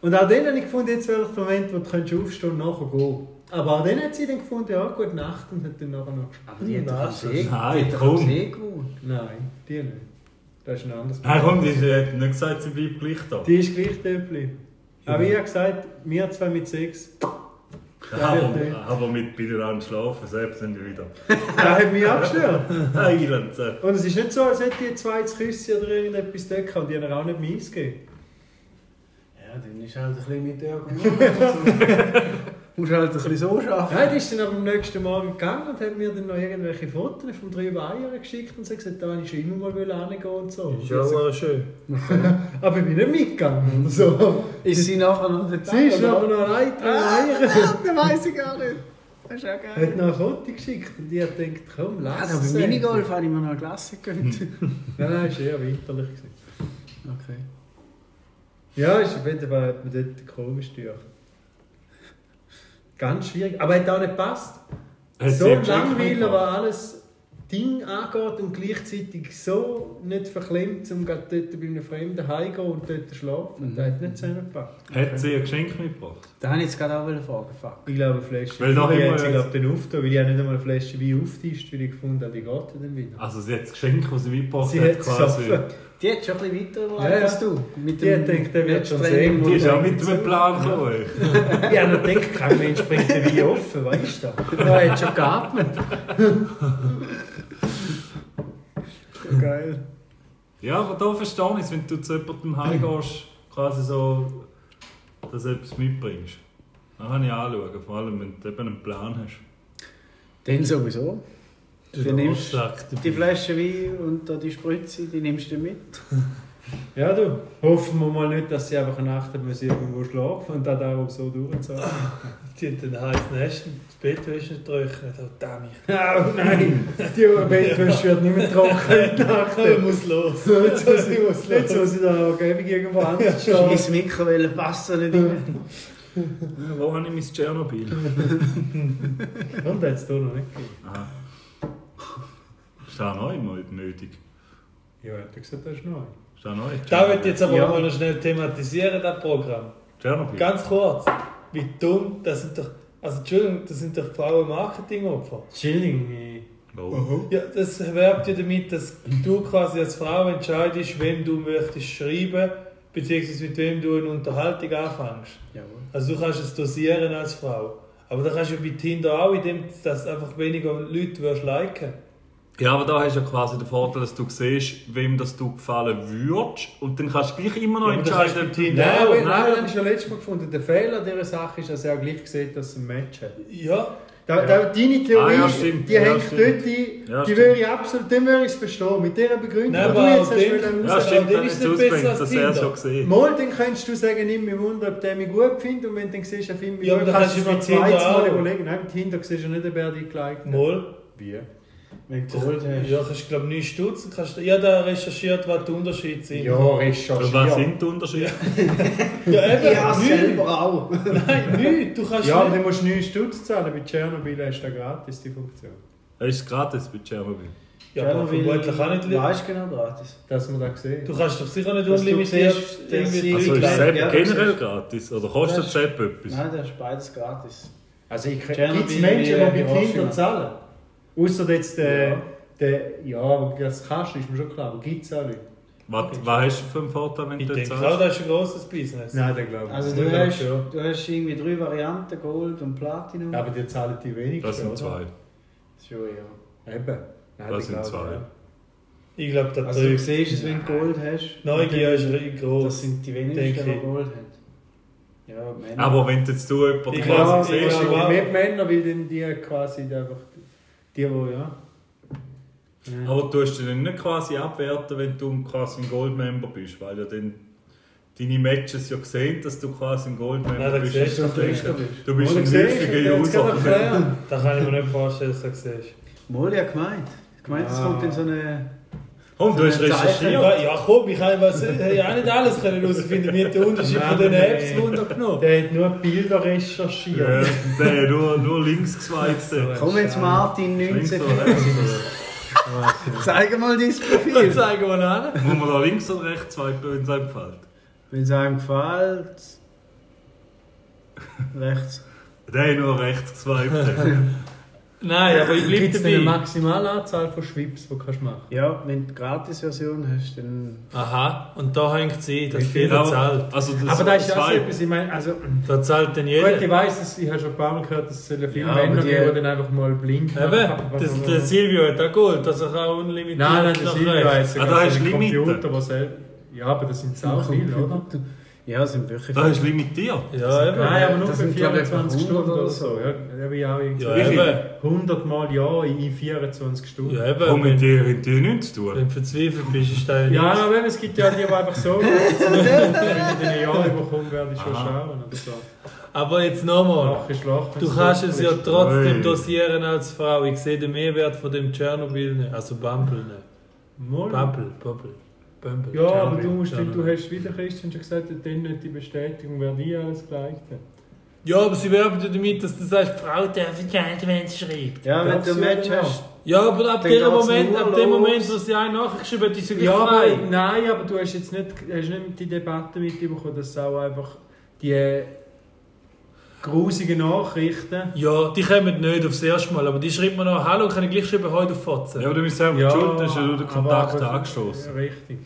Speaker 4: Und auch dann habe ich gefunden, jetzt wäre der Moment, wo du könntest aufstehen und nachher gehen Aber auch dann hat sie dann gefunden, ja, gute Nacht und hat dann nachher noch gespielt.
Speaker 5: Aber die hat doch am See-
Speaker 2: Nein,
Speaker 5: die hat doch
Speaker 2: komm.
Speaker 5: am See gewohnt.
Speaker 4: Nein, die nicht. Das ist ein anderes
Speaker 5: Ah,
Speaker 2: Nein, komm, die die hat nicht gesagt, sie bleibt gleich da.
Speaker 4: Die ist gleich dort geblieben. Aber ich habe gesagt, wir zwei mit sechs,
Speaker 2: Aber, aber mit Bilder an Schlafen, selbst sind wir wieder.
Speaker 4: das hat mich angestört.
Speaker 2: Island.
Speaker 4: Und es ist nicht so, als hätte die zwei zu küssen oder irgendetwas dort gehabt und die haben ihr auch nicht meins gegeben.
Speaker 5: Ja, dann ist halt ein bisschen mit der Argument. Musst du halt ein bisschen so schaffen.
Speaker 4: Nein, die ist dann am nächsten Morgen gegangen und hat mir dann noch irgendwelche Fotos vom drei Bayern geschickt und so gesagt, da wollte ich schon immer mal hingehen und so.
Speaker 6: Ist ja auch schön.
Speaker 4: Aber ich bin nicht mitgegangen. oder So.
Speaker 5: Ist sie nachher noch dabei?
Speaker 4: Sie ist
Speaker 5: oder?
Speaker 4: aber noch allein drei Eier.
Speaker 5: Ah, das weiss ich gar nicht. Das ist auch geil.
Speaker 4: Hat noch ein Foto geschickt und ich habe gedacht, komm,
Speaker 5: Ah,
Speaker 4: lass
Speaker 5: da
Speaker 4: es.
Speaker 5: beim Minigolf habe ich mir noch ein Glas gegönnt.
Speaker 4: Hm. Nein, nein, ist eher winterlich. Gewesen.
Speaker 5: Okay.
Speaker 4: Ja, ist auf jeden Fall hat man dort komisch durch. Ganz schwierig. Aber hat auch nicht gepasst.
Speaker 2: Hat
Speaker 4: so
Speaker 2: sie
Speaker 4: ein
Speaker 2: einen Geschenk
Speaker 4: Langweiler,
Speaker 2: mitgebracht?
Speaker 4: was alles Ding angeht und gleichzeitig so nicht verklemmt, um gerade dort bei einem Fremden heimgehen und dort schlafen. Mhm. Das hat nicht zusammengepackt.
Speaker 2: Hat sie ein Geschenk mitgebracht?
Speaker 5: Da habe ich jetzt gerade auch eine Frage. Fuck.
Speaker 4: Ich glaube, eine Flasche
Speaker 2: Weil nachher
Speaker 4: Wein
Speaker 2: immer
Speaker 4: hat sie
Speaker 2: jetzt-
Speaker 4: glaub, dann aufgetan, weil ich auch nicht einmal eine Flasche Wein auftischt, weil ich gefunden habe, die geht ja dann wieder.
Speaker 2: Also sie hat das Geschenk, das sie mitgebracht
Speaker 4: Sie
Speaker 2: hat,
Speaker 4: hat es geschafft.
Speaker 5: Die hat schon ein bisschen weiter überlegt
Speaker 4: Ja, ja.
Speaker 5: als du. Mit
Speaker 4: Die hat gedacht, der wird schon
Speaker 5: Netzstreng,
Speaker 4: sehen.
Speaker 5: wo
Speaker 2: Die ist
Speaker 5: du-
Speaker 2: auch mit dem Plan gekommen.
Speaker 4: Ich habe noch gedacht, kein Mensch bringt den Wein offen, weißt du? Da hat schon geatmet.
Speaker 5: Geil.
Speaker 2: Ja, aber da verstehe ich es, wenn du zu jemandem heimgehst, quasi so, dass du etwas mitbringst. Dann kann ich anschauen, vor allem wenn du eben einen Plan hast.
Speaker 5: Dann sowieso.
Speaker 6: Du
Speaker 5: Dann nimmst Die
Speaker 6: die Flasche.
Speaker 5: Flasche Wein und da die Spritze, die nimmst du mit.
Speaker 4: Ja, du. Hoffen wir mal nicht, dass sie einfach eine Nacht hat, müssen irgendwo schlafen und dann darum so durchzahlen.
Speaker 6: Die hat den heißen Essen, das Bett ist nicht trocken. Oh, damn ich.
Speaker 4: Oh nein, die Bettwäsche wird nicht mehr trocken die Nacht.
Speaker 6: muss los.
Speaker 4: So, jetzt muss ich, jetzt muss ich da angeblich irgendwo anders schlafen.
Speaker 5: Scheiß Mikrowelle passt so nicht rein.
Speaker 2: Ja, wo habe ich mein Tschernobyl?
Speaker 4: Und jetzt hier noch nicht gegeben.
Speaker 2: Aha. Ist auch neu mal nötig.
Speaker 4: Ja, hat er gesagt, das ist neu.
Speaker 2: Ist auch neu.
Speaker 6: Da wird jetzt aber
Speaker 5: Ja.
Speaker 6: mal noch schnell thematisieren, das Programm.
Speaker 2: Tschernobyl.
Speaker 6: Ganz kurz. Wie dumm, das sind doch. Also Entschuldigung, das sind doch Frauen Marketingopfer.
Speaker 4: Chilling.
Speaker 2: Oh.
Speaker 6: Ja, das werbt ja damit, dass du quasi als Frau entscheidest, wem du möchtest schreiben, beziehungsweise mit wem du eine Unterhaltung anfängst.
Speaker 5: Jawohl.
Speaker 6: Also du kannst es dosieren als Frau. Aber da kannst du ja bei Tinder auch, indem dass einfach weniger Leute würdest liken.
Speaker 2: Ja, aber da hast du ja quasi den Vorteil, dass du siehst, wem das du gefallen würdest. Und dann kannst du gleich immer noch
Speaker 6: Ja, aber das kannst du
Speaker 2: entscheiden.
Speaker 6: mit Tinder
Speaker 4: Nein,
Speaker 6: auch.
Speaker 4: nein, nein, das ist ja letztes Mal gefunden. Der Fehler an dieser Sache ist, dass er auch gleich sieht, dass es ein Match hat.
Speaker 6: Ja,
Speaker 4: Da, da, deine
Speaker 2: Ah,
Speaker 4: Theorie,
Speaker 2: ja, stimmt.
Speaker 4: die
Speaker 2: Ja,
Speaker 4: hängt
Speaker 2: stimmt.
Speaker 4: dort
Speaker 2: Ja,
Speaker 4: ein, die
Speaker 2: stimmt.
Speaker 4: würde ich absolut, dann würde ich es verstehen, mit dieser Begründung,
Speaker 6: Nein,
Speaker 4: die
Speaker 6: aber
Speaker 4: du jetzt
Speaker 6: auch
Speaker 4: hast
Speaker 6: dem-
Speaker 4: wollen
Speaker 2: Ja,
Speaker 6: Aber
Speaker 2: stimmt,
Speaker 6: dann
Speaker 2: wenn
Speaker 6: ist
Speaker 2: es
Speaker 6: es nicht
Speaker 2: ausbringt,
Speaker 6: besser als
Speaker 2: dass er es
Speaker 6: Tinder.
Speaker 2: schon gesehen
Speaker 4: Mal, dann könntest du sagen, nimm mich wunder, ob der mich gut findet und wenn du dann siehst, er findet mich
Speaker 6: Ja,
Speaker 4: gut,
Speaker 6: aber dann
Speaker 4: kannst du
Speaker 6: kannst
Speaker 4: es
Speaker 6: du
Speaker 4: noch
Speaker 6: mit Tinder
Speaker 4: zweimal
Speaker 6: auch.
Speaker 4: überlegen. Nein, mit Tinder siehst du nicht, ob er dich geliked hat.
Speaker 6: mal.
Speaker 4: Bier.
Speaker 5: Wenn du geholt hast.
Speaker 6: Ja, kannst glaube ich 9 Stutz. Kannst, ich habe da recherchiert, was die Unterschiede sind.
Speaker 4: Ja,
Speaker 2: hast. Was
Speaker 4: recherchieren.
Speaker 2: sind die Unterschiede?
Speaker 6: ja eben,
Speaker 5: Ja,
Speaker 6: nichts.
Speaker 5: selber auch.
Speaker 6: Nein, nichts. Du kannst
Speaker 4: Ja, aber
Speaker 6: nicht.
Speaker 4: dann musst du 9 Stutz zahlen, bei Tschernobyl hast du da gratis die Funktion.
Speaker 2: Ist es gratis bei Tschernobyl?
Speaker 6: Ja, aber vermutlich auch nicht.
Speaker 5: Weißt genau gratis.
Speaker 4: Dass man das sieht.
Speaker 6: Du kannst doch sicher nicht
Speaker 5: Dass du
Speaker 6: unlimitiert
Speaker 5: siehst, dass
Speaker 6: irgendwie
Speaker 5: sie-
Speaker 2: Also ist
Speaker 5: Ja,
Speaker 2: Sepp
Speaker 5: ja, das
Speaker 2: generell gratis? Oder kostet
Speaker 5: Das-
Speaker 2: Sepp etwas?
Speaker 5: Nein, das ist beides gratis.
Speaker 4: Also ich gibt
Speaker 5: Tschernobyl,
Speaker 4: es Menschen, die bei
Speaker 5: wie
Speaker 4: Tinder
Speaker 5: Hiroshima.
Speaker 4: zahlen? Außer jetzt der...
Speaker 5: Ja.
Speaker 4: Der, ja, aber das kannst du, ist mir schon klar, aber gibt es auch nicht.
Speaker 2: Was, was hast du für einen Vorteil, wenn
Speaker 6: Ich
Speaker 2: du
Speaker 6: denke,
Speaker 2: das
Speaker 6: genau,
Speaker 2: zahlst?
Speaker 6: das ist ein grosses Business.
Speaker 4: Nein, den glaube ich.
Speaker 5: Also
Speaker 4: Den
Speaker 5: du
Speaker 4: glaub ich
Speaker 5: hast,
Speaker 4: schon.
Speaker 5: du hast irgendwie drei Varianten, Gold und Platinum.
Speaker 4: Aber die zahlen die wenigsten,
Speaker 2: Das sind
Speaker 4: oder?
Speaker 2: zwei.
Speaker 5: Schon, ja.
Speaker 4: Eben. Nein,
Speaker 2: Das
Speaker 4: den
Speaker 2: sind
Speaker 4: glaub ich,
Speaker 2: zwei.
Speaker 4: ja.
Speaker 6: Ich glaube, da
Speaker 5: Also du
Speaker 6: drückt.
Speaker 5: siehst es, wenn du Gold hast.
Speaker 6: Neugier ist richtig
Speaker 5: Das
Speaker 6: groß.
Speaker 5: sind die
Speaker 6: Denke
Speaker 5: wenigsten, die
Speaker 6: ich.
Speaker 5: Gold haben. Ja, Männer.
Speaker 2: Aber wenn du jetzt du jemanden quasi
Speaker 6: Ich glaube,
Speaker 4: Ja,
Speaker 6: ich
Speaker 2: siehst,
Speaker 6: glaube-
Speaker 4: ja, mehr Männer, weil dann die halt quasi die einfach. Die, die ja.
Speaker 2: aber du hast ihn nicht quasi abwerten, wenn du quasi ein Goldmember bist, weil ja dann deine Matches ja gesehen, dass du quasi ein Goldmember
Speaker 6: Nein, das
Speaker 2: bist.
Speaker 6: siehst du
Speaker 2: Und
Speaker 6: doch
Speaker 2: denkst,
Speaker 5: nicht.
Speaker 2: du bist
Speaker 4: Oder
Speaker 2: ein
Speaker 4: siehst du,
Speaker 2: häufiger
Speaker 4: jetzt kann man
Speaker 2: User.
Speaker 4: erklären.
Speaker 6: Da kann ich mir nicht vorstellen, dass du das siehst.
Speaker 5: Mal ja gemeint. Gemeint, es
Speaker 4: Ah.
Speaker 5: kommt in so eine.
Speaker 2: Komm, du hast
Speaker 5: Zeichen.
Speaker 2: recherchiert.
Speaker 6: Ja, ja komm, ich habe was- ich habe ja auch nicht alles können herausfinden. Mir hat der Unterschied von den
Speaker 4: Nein.
Speaker 6: Apps runtergenommen.
Speaker 4: Der hat nur Bilder recherchiert.
Speaker 2: Ja, der, nur, nur links geswiped.
Speaker 5: Komm jetzt, Martin,
Speaker 2: Links
Speaker 5: 19.
Speaker 2: oder rechts?
Speaker 5: Zeig mal dein Profil.
Speaker 6: Zeig mal an.
Speaker 2: Muss man da links oder rechts swipen, wenn es einem gefällt?
Speaker 5: Wenn es einem gefällt. Rechts.
Speaker 2: Der hat nur rechts geswiped.
Speaker 6: Nein, aber ich
Speaker 4: Gibt
Speaker 6: bleibe
Speaker 4: es eine
Speaker 6: dabei.
Speaker 4: Maximalanzahl von Schwips, die kannst du machen
Speaker 5: Ja, wenn du die Gratis-Version hast, dann.
Speaker 6: Aha, und da hängt sie, dass
Speaker 4: Wie viel
Speaker 6: jeder
Speaker 2: Aber,
Speaker 6: zahlt.
Speaker 2: also das
Speaker 4: Aber da ist ja auch so
Speaker 2: Swipe-
Speaker 4: etwas, ich meine, also, gut,
Speaker 6: Da zahlt dann jeder.
Speaker 4: ich weiss, es- ich habe schon ein paar Mal gehört, dass es sollen viele
Speaker 5: Ja, aber
Speaker 4: Männer
Speaker 5: die-
Speaker 4: geben, die dann einfach mal blind
Speaker 6: Eben, das, der Silvio hat auch Gold, dass er auch unlimitiert
Speaker 4: Nein, nein, das
Speaker 6: nach
Speaker 4: ist
Speaker 6: rechts.
Speaker 2: Ah, da hast du
Speaker 4: ein
Speaker 2: Limite.
Speaker 4: Computer, der selber... Ja, aber das sind auch viele, oder?
Speaker 5: Ja, sind Bücher.
Speaker 2: Das ist limitiert.
Speaker 6: Ja, eben.
Speaker 4: Nein, aber nur
Speaker 5: Das
Speaker 4: für
Speaker 5: sind, glaub ich, etwa
Speaker 4: 24
Speaker 5: 100
Speaker 4: Stunden
Speaker 5: oder
Speaker 4: oder so. Ja, da bin ich auch irgendwie
Speaker 6: Ja,
Speaker 2: Wie viel?
Speaker 6: eben.
Speaker 4: 100 Mal Jahr in 24 Stunden.
Speaker 6: Ja,
Speaker 4: Ja,
Speaker 2: Und
Speaker 6: eben.
Speaker 2: mit
Speaker 6: Wenn,
Speaker 2: dir hat dir nichts zu tun.
Speaker 6: wenn du verzweifelt bist, ist das ja
Speaker 4: aber eben, es gibt ja die, die einfach so, wenn ich in den Jahren überkommen werde, ich schon
Speaker 2: Aha.
Speaker 4: schauen. Oder so.
Speaker 6: nichts. Aber jetzt nochmal.
Speaker 4: Lach ist Lach.
Speaker 6: Du kannst es ja trotzdem
Speaker 2: Ui.
Speaker 6: dosieren als Frau. Ich sehe den Mehrwert von dem Tschernobyl nicht. Also Bumble nicht.
Speaker 4: trotzdem.
Speaker 6: Bumble, Bumble. Bumble.
Speaker 4: Ja, aber du,
Speaker 6: Tschernobyl,
Speaker 4: musst, du
Speaker 6: Tschernobyl.
Speaker 4: hast wieder Christian schon gesagt, dann nicht die Bestätigung, wer dir alles geliked hat.
Speaker 6: Ja, aber sie werben ja damit, dass du sagst, die Frau darf entscheiden, wenn sie schreibt.
Speaker 5: Ja, wenn du
Speaker 4: Das
Speaker 5: ein
Speaker 4: ja
Speaker 5: Match
Speaker 4: genau.
Speaker 5: hast.
Speaker 6: Ja, aber ab
Speaker 5: Dann
Speaker 6: dem
Speaker 5: geht's
Speaker 6: Moment,
Speaker 5: nur
Speaker 6: ab dem
Speaker 5: los.
Speaker 6: Moment, wo sie eine Nachricht geschrieben hat, ist sie gleich
Speaker 4: Ja, aber,
Speaker 6: frei.
Speaker 4: nein, aber du hast jetzt nicht, hast nicht die Debatte mitbekommen, dass auch einfach die grusigen Nachrichten.
Speaker 6: Ja, die kommen nicht aufs erste Mal, aber die schreibt mir noch, hallo, kann ich gleich schreiben, heute auf Fotzen.
Speaker 2: Ja, aber du bist selber ja, schuld, hast du den Kontakt angestoßen.
Speaker 4: Richtig.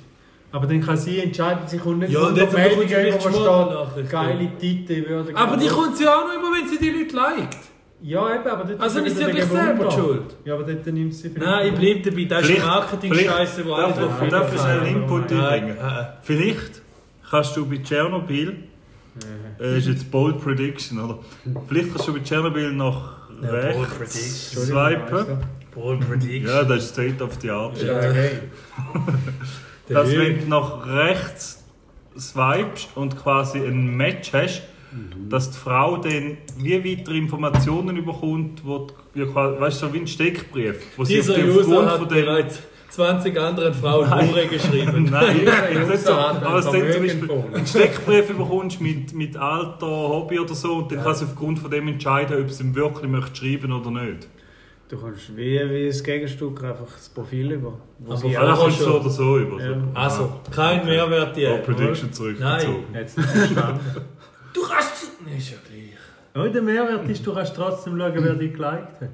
Speaker 4: Aber dann kann sie entscheiden, sie kommt nicht
Speaker 6: Ja, und
Speaker 4: hundert
Speaker 6: jetzt bekommt sie
Speaker 4: Meldungen,
Speaker 6: vielleicht
Speaker 4: wo
Speaker 6: Schmornachrichten.
Speaker 4: steht, geile Titel würde
Speaker 6: aber die kommt sie auch noch über, wenn sie die Leute liked.
Speaker 4: Ja, eben, aber dort
Speaker 6: Also
Speaker 4: wieder
Speaker 6: ist sie ja
Speaker 4: der
Speaker 6: gleich selber
Speaker 4: Gewunder.
Speaker 6: schuld.
Speaker 4: Ja, aber dort nimmt sie vielleicht-
Speaker 6: Nein, ich bleibe dabei, das ist
Speaker 2: Vielleicht-
Speaker 6: Marketing-Scheiße, wo
Speaker 2: darf,
Speaker 6: alles
Speaker 2: darf,
Speaker 6: auf
Speaker 2: darf ich
Speaker 4: Fall.
Speaker 2: einen Input
Speaker 6: Nein,
Speaker 2: einbringen?
Speaker 6: äh,
Speaker 2: Vielleicht kannst du bei Tschernobyl, äh, ist jetzt Bold Prediction, oder? Vielleicht kannst du bei Tschernobyl nach
Speaker 6: Ja, Bold
Speaker 2: rechts
Speaker 6: Prediction.
Speaker 2: swipen.
Speaker 6: Bold Prediction.
Speaker 2: Ja, das ist State of the Art.
Speaker 4: Ja, okay.
Speaker 6: Der
Speaker 2: Dass
Speaker 6: Will.
Speaker 2: wenn du nach rechts swipest und quasi ein Match hast, dass die Frau dann wie weitere Informationen bekommt, wo die, ja, quasi- weißt du, so wie ein Steckbrief, wo sie auf
Speaker 6: Dieser
Speaker 2: dem-
Speaker 6: User hat
Speaker 2: von dem
Speaker 6: bereits 20 anderen Frauen Hure geschrieben.
Speaker 2: Nein,
Speaker 4: User
Speaker 2: das ist so.
Speaker 4: hat ein
Speaker 2: Aber es sind zum
Speaker 4: Vermögen
Speaker 2: Beispiel
Speaker 4: gefunden.
Speaker 2: einen Steckbrief bekommst mit, mit Alter, Hobby oder so und dann kannst du aufgrund von dem entscheiden, ob sie ihm wirklich möchte schreiben oder nicht.
Speaker 5: Du kannst wie, wie das Gegenstück einfach das Profil über. Wo
Speaker 6: Aber
Speaker 5: sie
Speaker 6: Ja,
Speaker 2: Ja, dann
Speaker 6: das
Speaker 2: kommst
Speaker 6: ist
Speaker 2: du so
Speaker 6: Also schon-
Speaker 2: oder so über.
Speaker 5: Ja.
Speaker 6: Also, kein Mehrwert
Speaker 2: Ja,
Speaker 6: hier.
Speaker 2: Prediction zurückgezogen.
Speaker 4: Jetzt nicht verstanden.
Speaker 6: Du kannst... Ist ja gleich.
Speaker 4: Nur der Mehrwert ist, du kannst trotzdem schauen, wer dich geliked hat.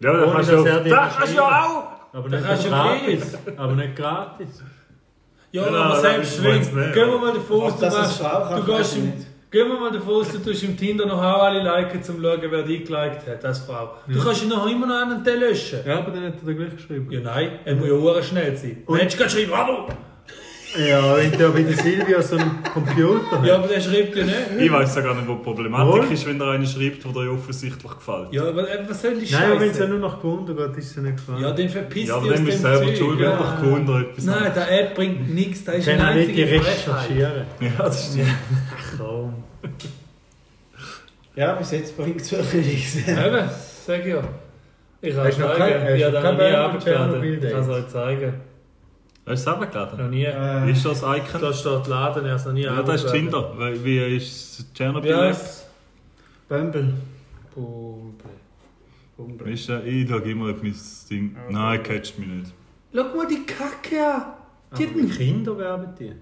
Speaker 2: Ja,
Speaker 4: Ohne,
Speaker 2: dann kannst
Speaker 4: dass
Speaker 2: du
Speaker 4: er
Speaker 2: auch.
Speaker 4: dir
Speaker 2: Das kannst du
Speaker 4: schreibt.
Speaker 2: auch!
Speaker 4: Aber
Speaker 6: Da
Speaker 4: nicht
Speaker 6: kannst du
Speaker 4: gratis. Aber nicht gratis.
Speaker 6: Ja,
Speaker 2: Ja,
Speaker 6: aber
Speaker 2: nein,
Speaker 6: selbst
Speaker 2: das
Speaker 6: wenn,
Speaker 2: weiß ich nicht.
Speaker 6: gehen wir mal davon aus,
Speaker 5: Ach,
Speaker 6: du,
Speaker 5: dass es
Speaker 6: machst,
Speaker 5: Frau kann,
Speaker 6: du
Speaker 5: weiß
Speaker 6: gehst
Speaker 5: ich
Speaker 6: im,
Speaker 5: nicht.
Speaker 6: gehen wir mal davon aus, du tust im Tinder noch auch alle liken, zum schauen, wer dich geliked hat, als Frau. Du kannst ihn noch immer noch einen Teil löschen.
Speaker 4: Ja, aber dann hat er dir gleich geschrieben.
Speaker 6: Ja, nein, er muss ja hure schnell sein. Und jetzt kannst du schreiben, Abo!
Speaker 4: Ja, wenn du bei der Silvia so einen Computer
Speaker 6: Ja, aber der schreibt ja nicht.
Speaker 2: Ich weiß ja gar nicht, wo die Problematik
Speaker 4: Wohl.
Speaker 2: ist, wenn da einer schreibt, der dir offensichtlich gefällt.
Speaker 6: Ja, aber äh, was soll die
Speaker 4: Nein, aber wenn es ja
Speaker 6: Scheiße?
Speaker 4: nur nach Gewunder geht, ist es ja nicht gefallen.
Speaker 6: Ja, dann verpiss
Speaker 2: Ja, aber
Speaker 6: dich aus
Speaker 2: dann
Speaker 6: dem
Speaker 2: bist du selber
Speaker 6: Zeug,
Speaker 2: schuld, wenn
Speaker 6: ja.
Speaker 2: doch Kunde etwas
Speaker 6: Nein,
Speaker 2: hat.
Speaker 6: der App bringt nichts, da
Speaker 4: ich
Speaker 6: ist
Speaker 4: kann
Speaker 6: eine
Speaker 4: ja nicht die
Speaker 6: einzige Frechheit.
Speaker 4: halt recherchieren.
Speaker 2: Ja, das stimmt.
Speaker 4: Kaum.
Speaker 5: Ja, bis jetzt bringt es wirklich nichts.
Speaker 6: Eben, sag ja. Ich kann
Speaker 4: Hast du noch kein-
Speaker 6: zeigen,
Speaker 4: hast
Speaker 6: ich habe
Speaker 4: du
Speaker 6: das
Speaker 4: kein
Speaker 6: noch nie
Speaker 4: Bild von Tschernobyl
Speaker 6: abgeladen. Ich kann es euch zeigen.
Speaker 2: Hast du es runtergeladen?
Speaker 6: Noch nie.
Speaker 5: Äh,
Speaker 2: Ist das ein Icon?
Speaker 6: Da steht Laden, er hat noch nie
Speaker 2: Ja, das ist
Speaker 6: runtergeladen.
Speaker 2: Tinder. Wie- Wie ist Tschernobyl?
Speaker 6: Ja,
Speaker 2: App?
Speaker 6: es-
Speaker 5: Bumble.
Speaker 2: Ist das- Ich schaue immer auf mein Ding. Nein, catcht mich nicht.
Speaker 6: Schau mal die Kacke an.
Speaker 4: Die hat Kinder werben die.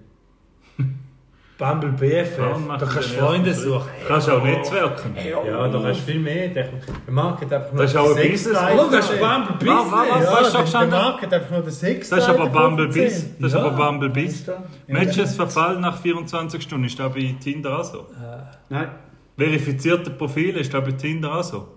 Speaker 6: Bumble BFF,
Speaker 2: Warum macht
Speaker 6: da kannst
Speaker 2: ihr
Speaker 6: du
Speaker 2: den
Speaker 6: Freunde
Speaker 2: ersten
Speaker 6: suchen.
Speaker 2: Kannst du auch Netzwerken.
Speaker 4: Ja, da hast du viel mehr. Der der Markt einfach nur
Speaker 2: Das ist auch ein
Speaker 4: den
Speaker 2: Business.
Speaker 4: Sexteil-
Speaker 6: Oh, das ist Bumble
Speaker 2: Was, was, was? hast du
Speaker 6: Business.
Speaker 4: Ja,
Speaker 2: schon
Speaker 4: der- der
Speaker 2: gestanden?
Speaker 4: Markt einfach nur den Sex.
Speaker 2: Das ist aber Bumblebees. Das ist
Speaker 6: Ja.
Speaker 2: aber Bumblebees.
Speaker 5: Ja,
Speaker 2: Matches verfallen nach 24 Stunden. Ist das bei Tinder auch so?
Speaker 5: Nein.
Speaker 2: Verifizierte Profile ist das bei Tinder auch so?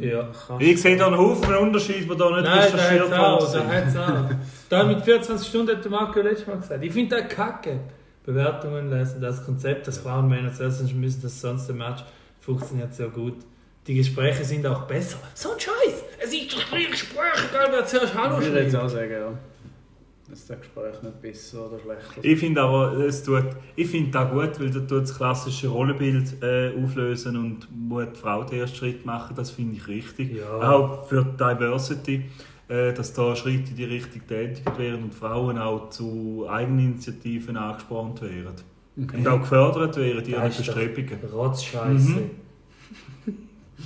Speaker 6: Ja.
Speaker 2: Ich sehe da einen Haufen Unterschied, die da nicht
Speaker 6: Nein, da
Speaker 2: recherchiert
Speaker 6: hat's auch,
Speaker 2: worden
Speaker 6: da
Speaker 2: sind.
Speaker 6: hat's auch. Da mit 24 Stunden hat der Marco letztes Mal gesagt, ich finde das Kacke. Bewertungen lesen, das Konzept, dass Frauen Männer zuerst müssen, das sonst der Match funktioniert sehr gut. Die Gespräche sind auch besser. So ein Scheiß! Es ist doch viel Gespräch, egal wer zuerst Hallo
Speaker 5: Ich würde jetzt
Speaker 6: schreibt.
Speaker 5: auch sagen, ja. Dass das Gespräch nicht besser oder schlechter
Speaker 2: Ich finde aber, es tut, ich finde das gut, weil das tut das klassische Rollenbild äh, auflösen und wo die Frau den ersten Schritt machen, das finde ich richtig.
Speaker 6: Ja.
Speaker 2: Auch für die Diversity, äh, dass da Schritte in die Richtung getätigt werden und Frauen auch zu Eigeninitiativen angespornt werden. Und auch gefördert werden, ihre
Speaker 6: Das ist doch-
Speaker 2: Bestrebungen.
Speaker 6: Rotzscheiße. Mhm.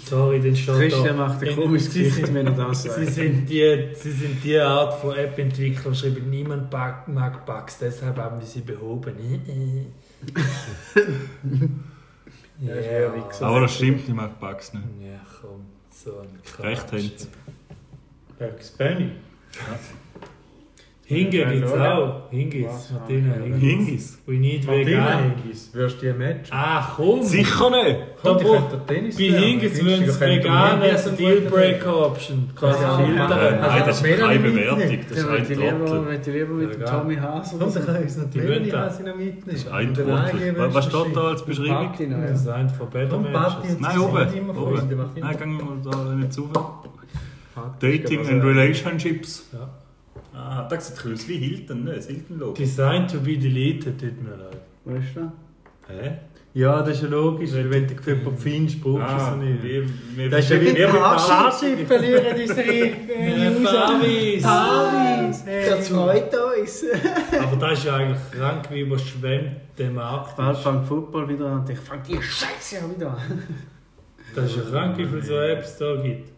Speaker 6: Sorry, den steht da-
Speaker 5: Christian macht ein
Speaker 6: in-
Speaker 5: komisches
Speaker 6: Sie
Speaker 5: Gesicht,
Speaker 6: sind-
Speaker 5: wenn er das
Speaker 6: Sie
Speaker 5: sagt.
Speaker 6: sind, die, sie sind die Art von App-Entwickler, schreiben, niemand bug- mag Bugs, deshalb haben wir sie behoben. ja,
Speaker 5: Ja, wie gesagt.
Speaker 2: Aber das stimmt, ich mag Bugs nicht.
Speaker 6: Ja, komm, so ein Quatsch.
Speaker 2: Recht haben sie.
Speaker 4: Bugs Bunny.
Speaker 6: Hinge
Speaker 4: Ja,
Speaker 6: gibt's
Speaker 4: ja.
Speaker 6: auch. Hingis.
Speaker 4: Was?
Speaker 6: Martina
Speaker 4: Okay.
Speaker 6: Hingis.
Speaker 2: Hingis?
Speaker 6: We need
Speaker 4: Martina
Speaker 6: vegan.
Speaker 4: Hingis, würdest du die matchen?
Speaker 6: Ah, komm.
Speaker 2: Sicher nicht!
Speaker 4: Komm, die
Speaker 6: da-
Speaker 4: könnten Tennis
Speaker 6: Bei
Speaker 4: lernen.
Speaker 6: Hingis
Speaker 4: Günstiger
Speaker 6: würden sie
Speaker 4: können die
Speaker 6: vegan
Speaker 4: Tennis
Speaker 6: essen.
Speaker 4: lernen.
Speaker 6: Deal-Break-Option. Quasi
Speaker 4: Ja,
Speaker 6: viel
Speaker 4: ja.
Speaker 6: daran.
Speaker 2: Äh, Nein, das ist keine
Speaker 4: Melanie
Speaker 2: Bewertung,
Speaker 4: mitnehmen.
Speaker 2: das ist
Speaker 5: Dann möchte
Speaker 2: ein
Speaker 5: ich lieber,
Speaker 2: Trottel.
Speaker 5: möchte ich lieber mit dem
Speaker 6: Ja,
Speaker 5: Tommy Haas
Speaker 4: Komm, dann kannst du noch die
Speaker 6: Die
Speaker 4: Melanie
Speaker 6: Winter.
Speaker 4: Hase noch mitnehmen.
Speaker 2: Ein
Speaker 4: Und dann
Speaker 2: Trottel.
Speaker 4: angeben,
Speaker 2: Was- Was
Speaker 4: ist
Speaker 2: steht da als
Speaker 5: und
Speaker 2: Beschreibung?
Speaker 5: Party noch.
Speaker 6: Das
Speaker 5: Ja.
Speaker 6: ist ein von Better
Speaker 4: Komm, Party
Speaker 6: Matches.
Speaker 4: und-
Speaker 2: Nein,
Speaker 4: Sie
Speaker 2: oben.
Speaker 4: sind immer
Speaker 2: oben.
Speaker 4: Freunde, Martina.
Speaker 2: Nein, gehen wir da nicht zu.
Speaker 4: Praktisch,
Speaker 2: Dating
Speaker 4: aber
Speaker 2: and
Speaker 4: so.
Speaker 2: Relationships.
Speaker 6: äh, Ja.
Speaker 2: Ah, da sieht es wie Hilton, ne? Das Hilton-Logo.
Speaker 6: Designed to be deleted, tut mir leid.
Speaker 5: Wo ist der?
Speaker 2: Hä?
Speaker 4: Ja, das ist ja logisch. weil Wenn du jemanden findest, brauchst du es ja
Speaker 2: Ah,
Speaker 4: nicht.
Speaker 2: wir, wir,
Speaker 4: Das ist ja wie
Speaker 2: wir-
Speaker 4: mit
Speaker 5: Party verlieren unsere äh,
Speaker 6: Paris!
Speaker 5: Paris! Der
Speaker 4: Hey.
Speaker 5: zweite uns.
Speaker 6: Aber das ist ja eigentlich krank, wie überschwemmt der Markt
Speaker 5: Bald
Speaker 6: ist.
Speaker 5: fängt Football wieder an und ich fang die Scheiße auch wieder an.
Speaker 6: Das ist ja krank, wie viele so Apps da gibt.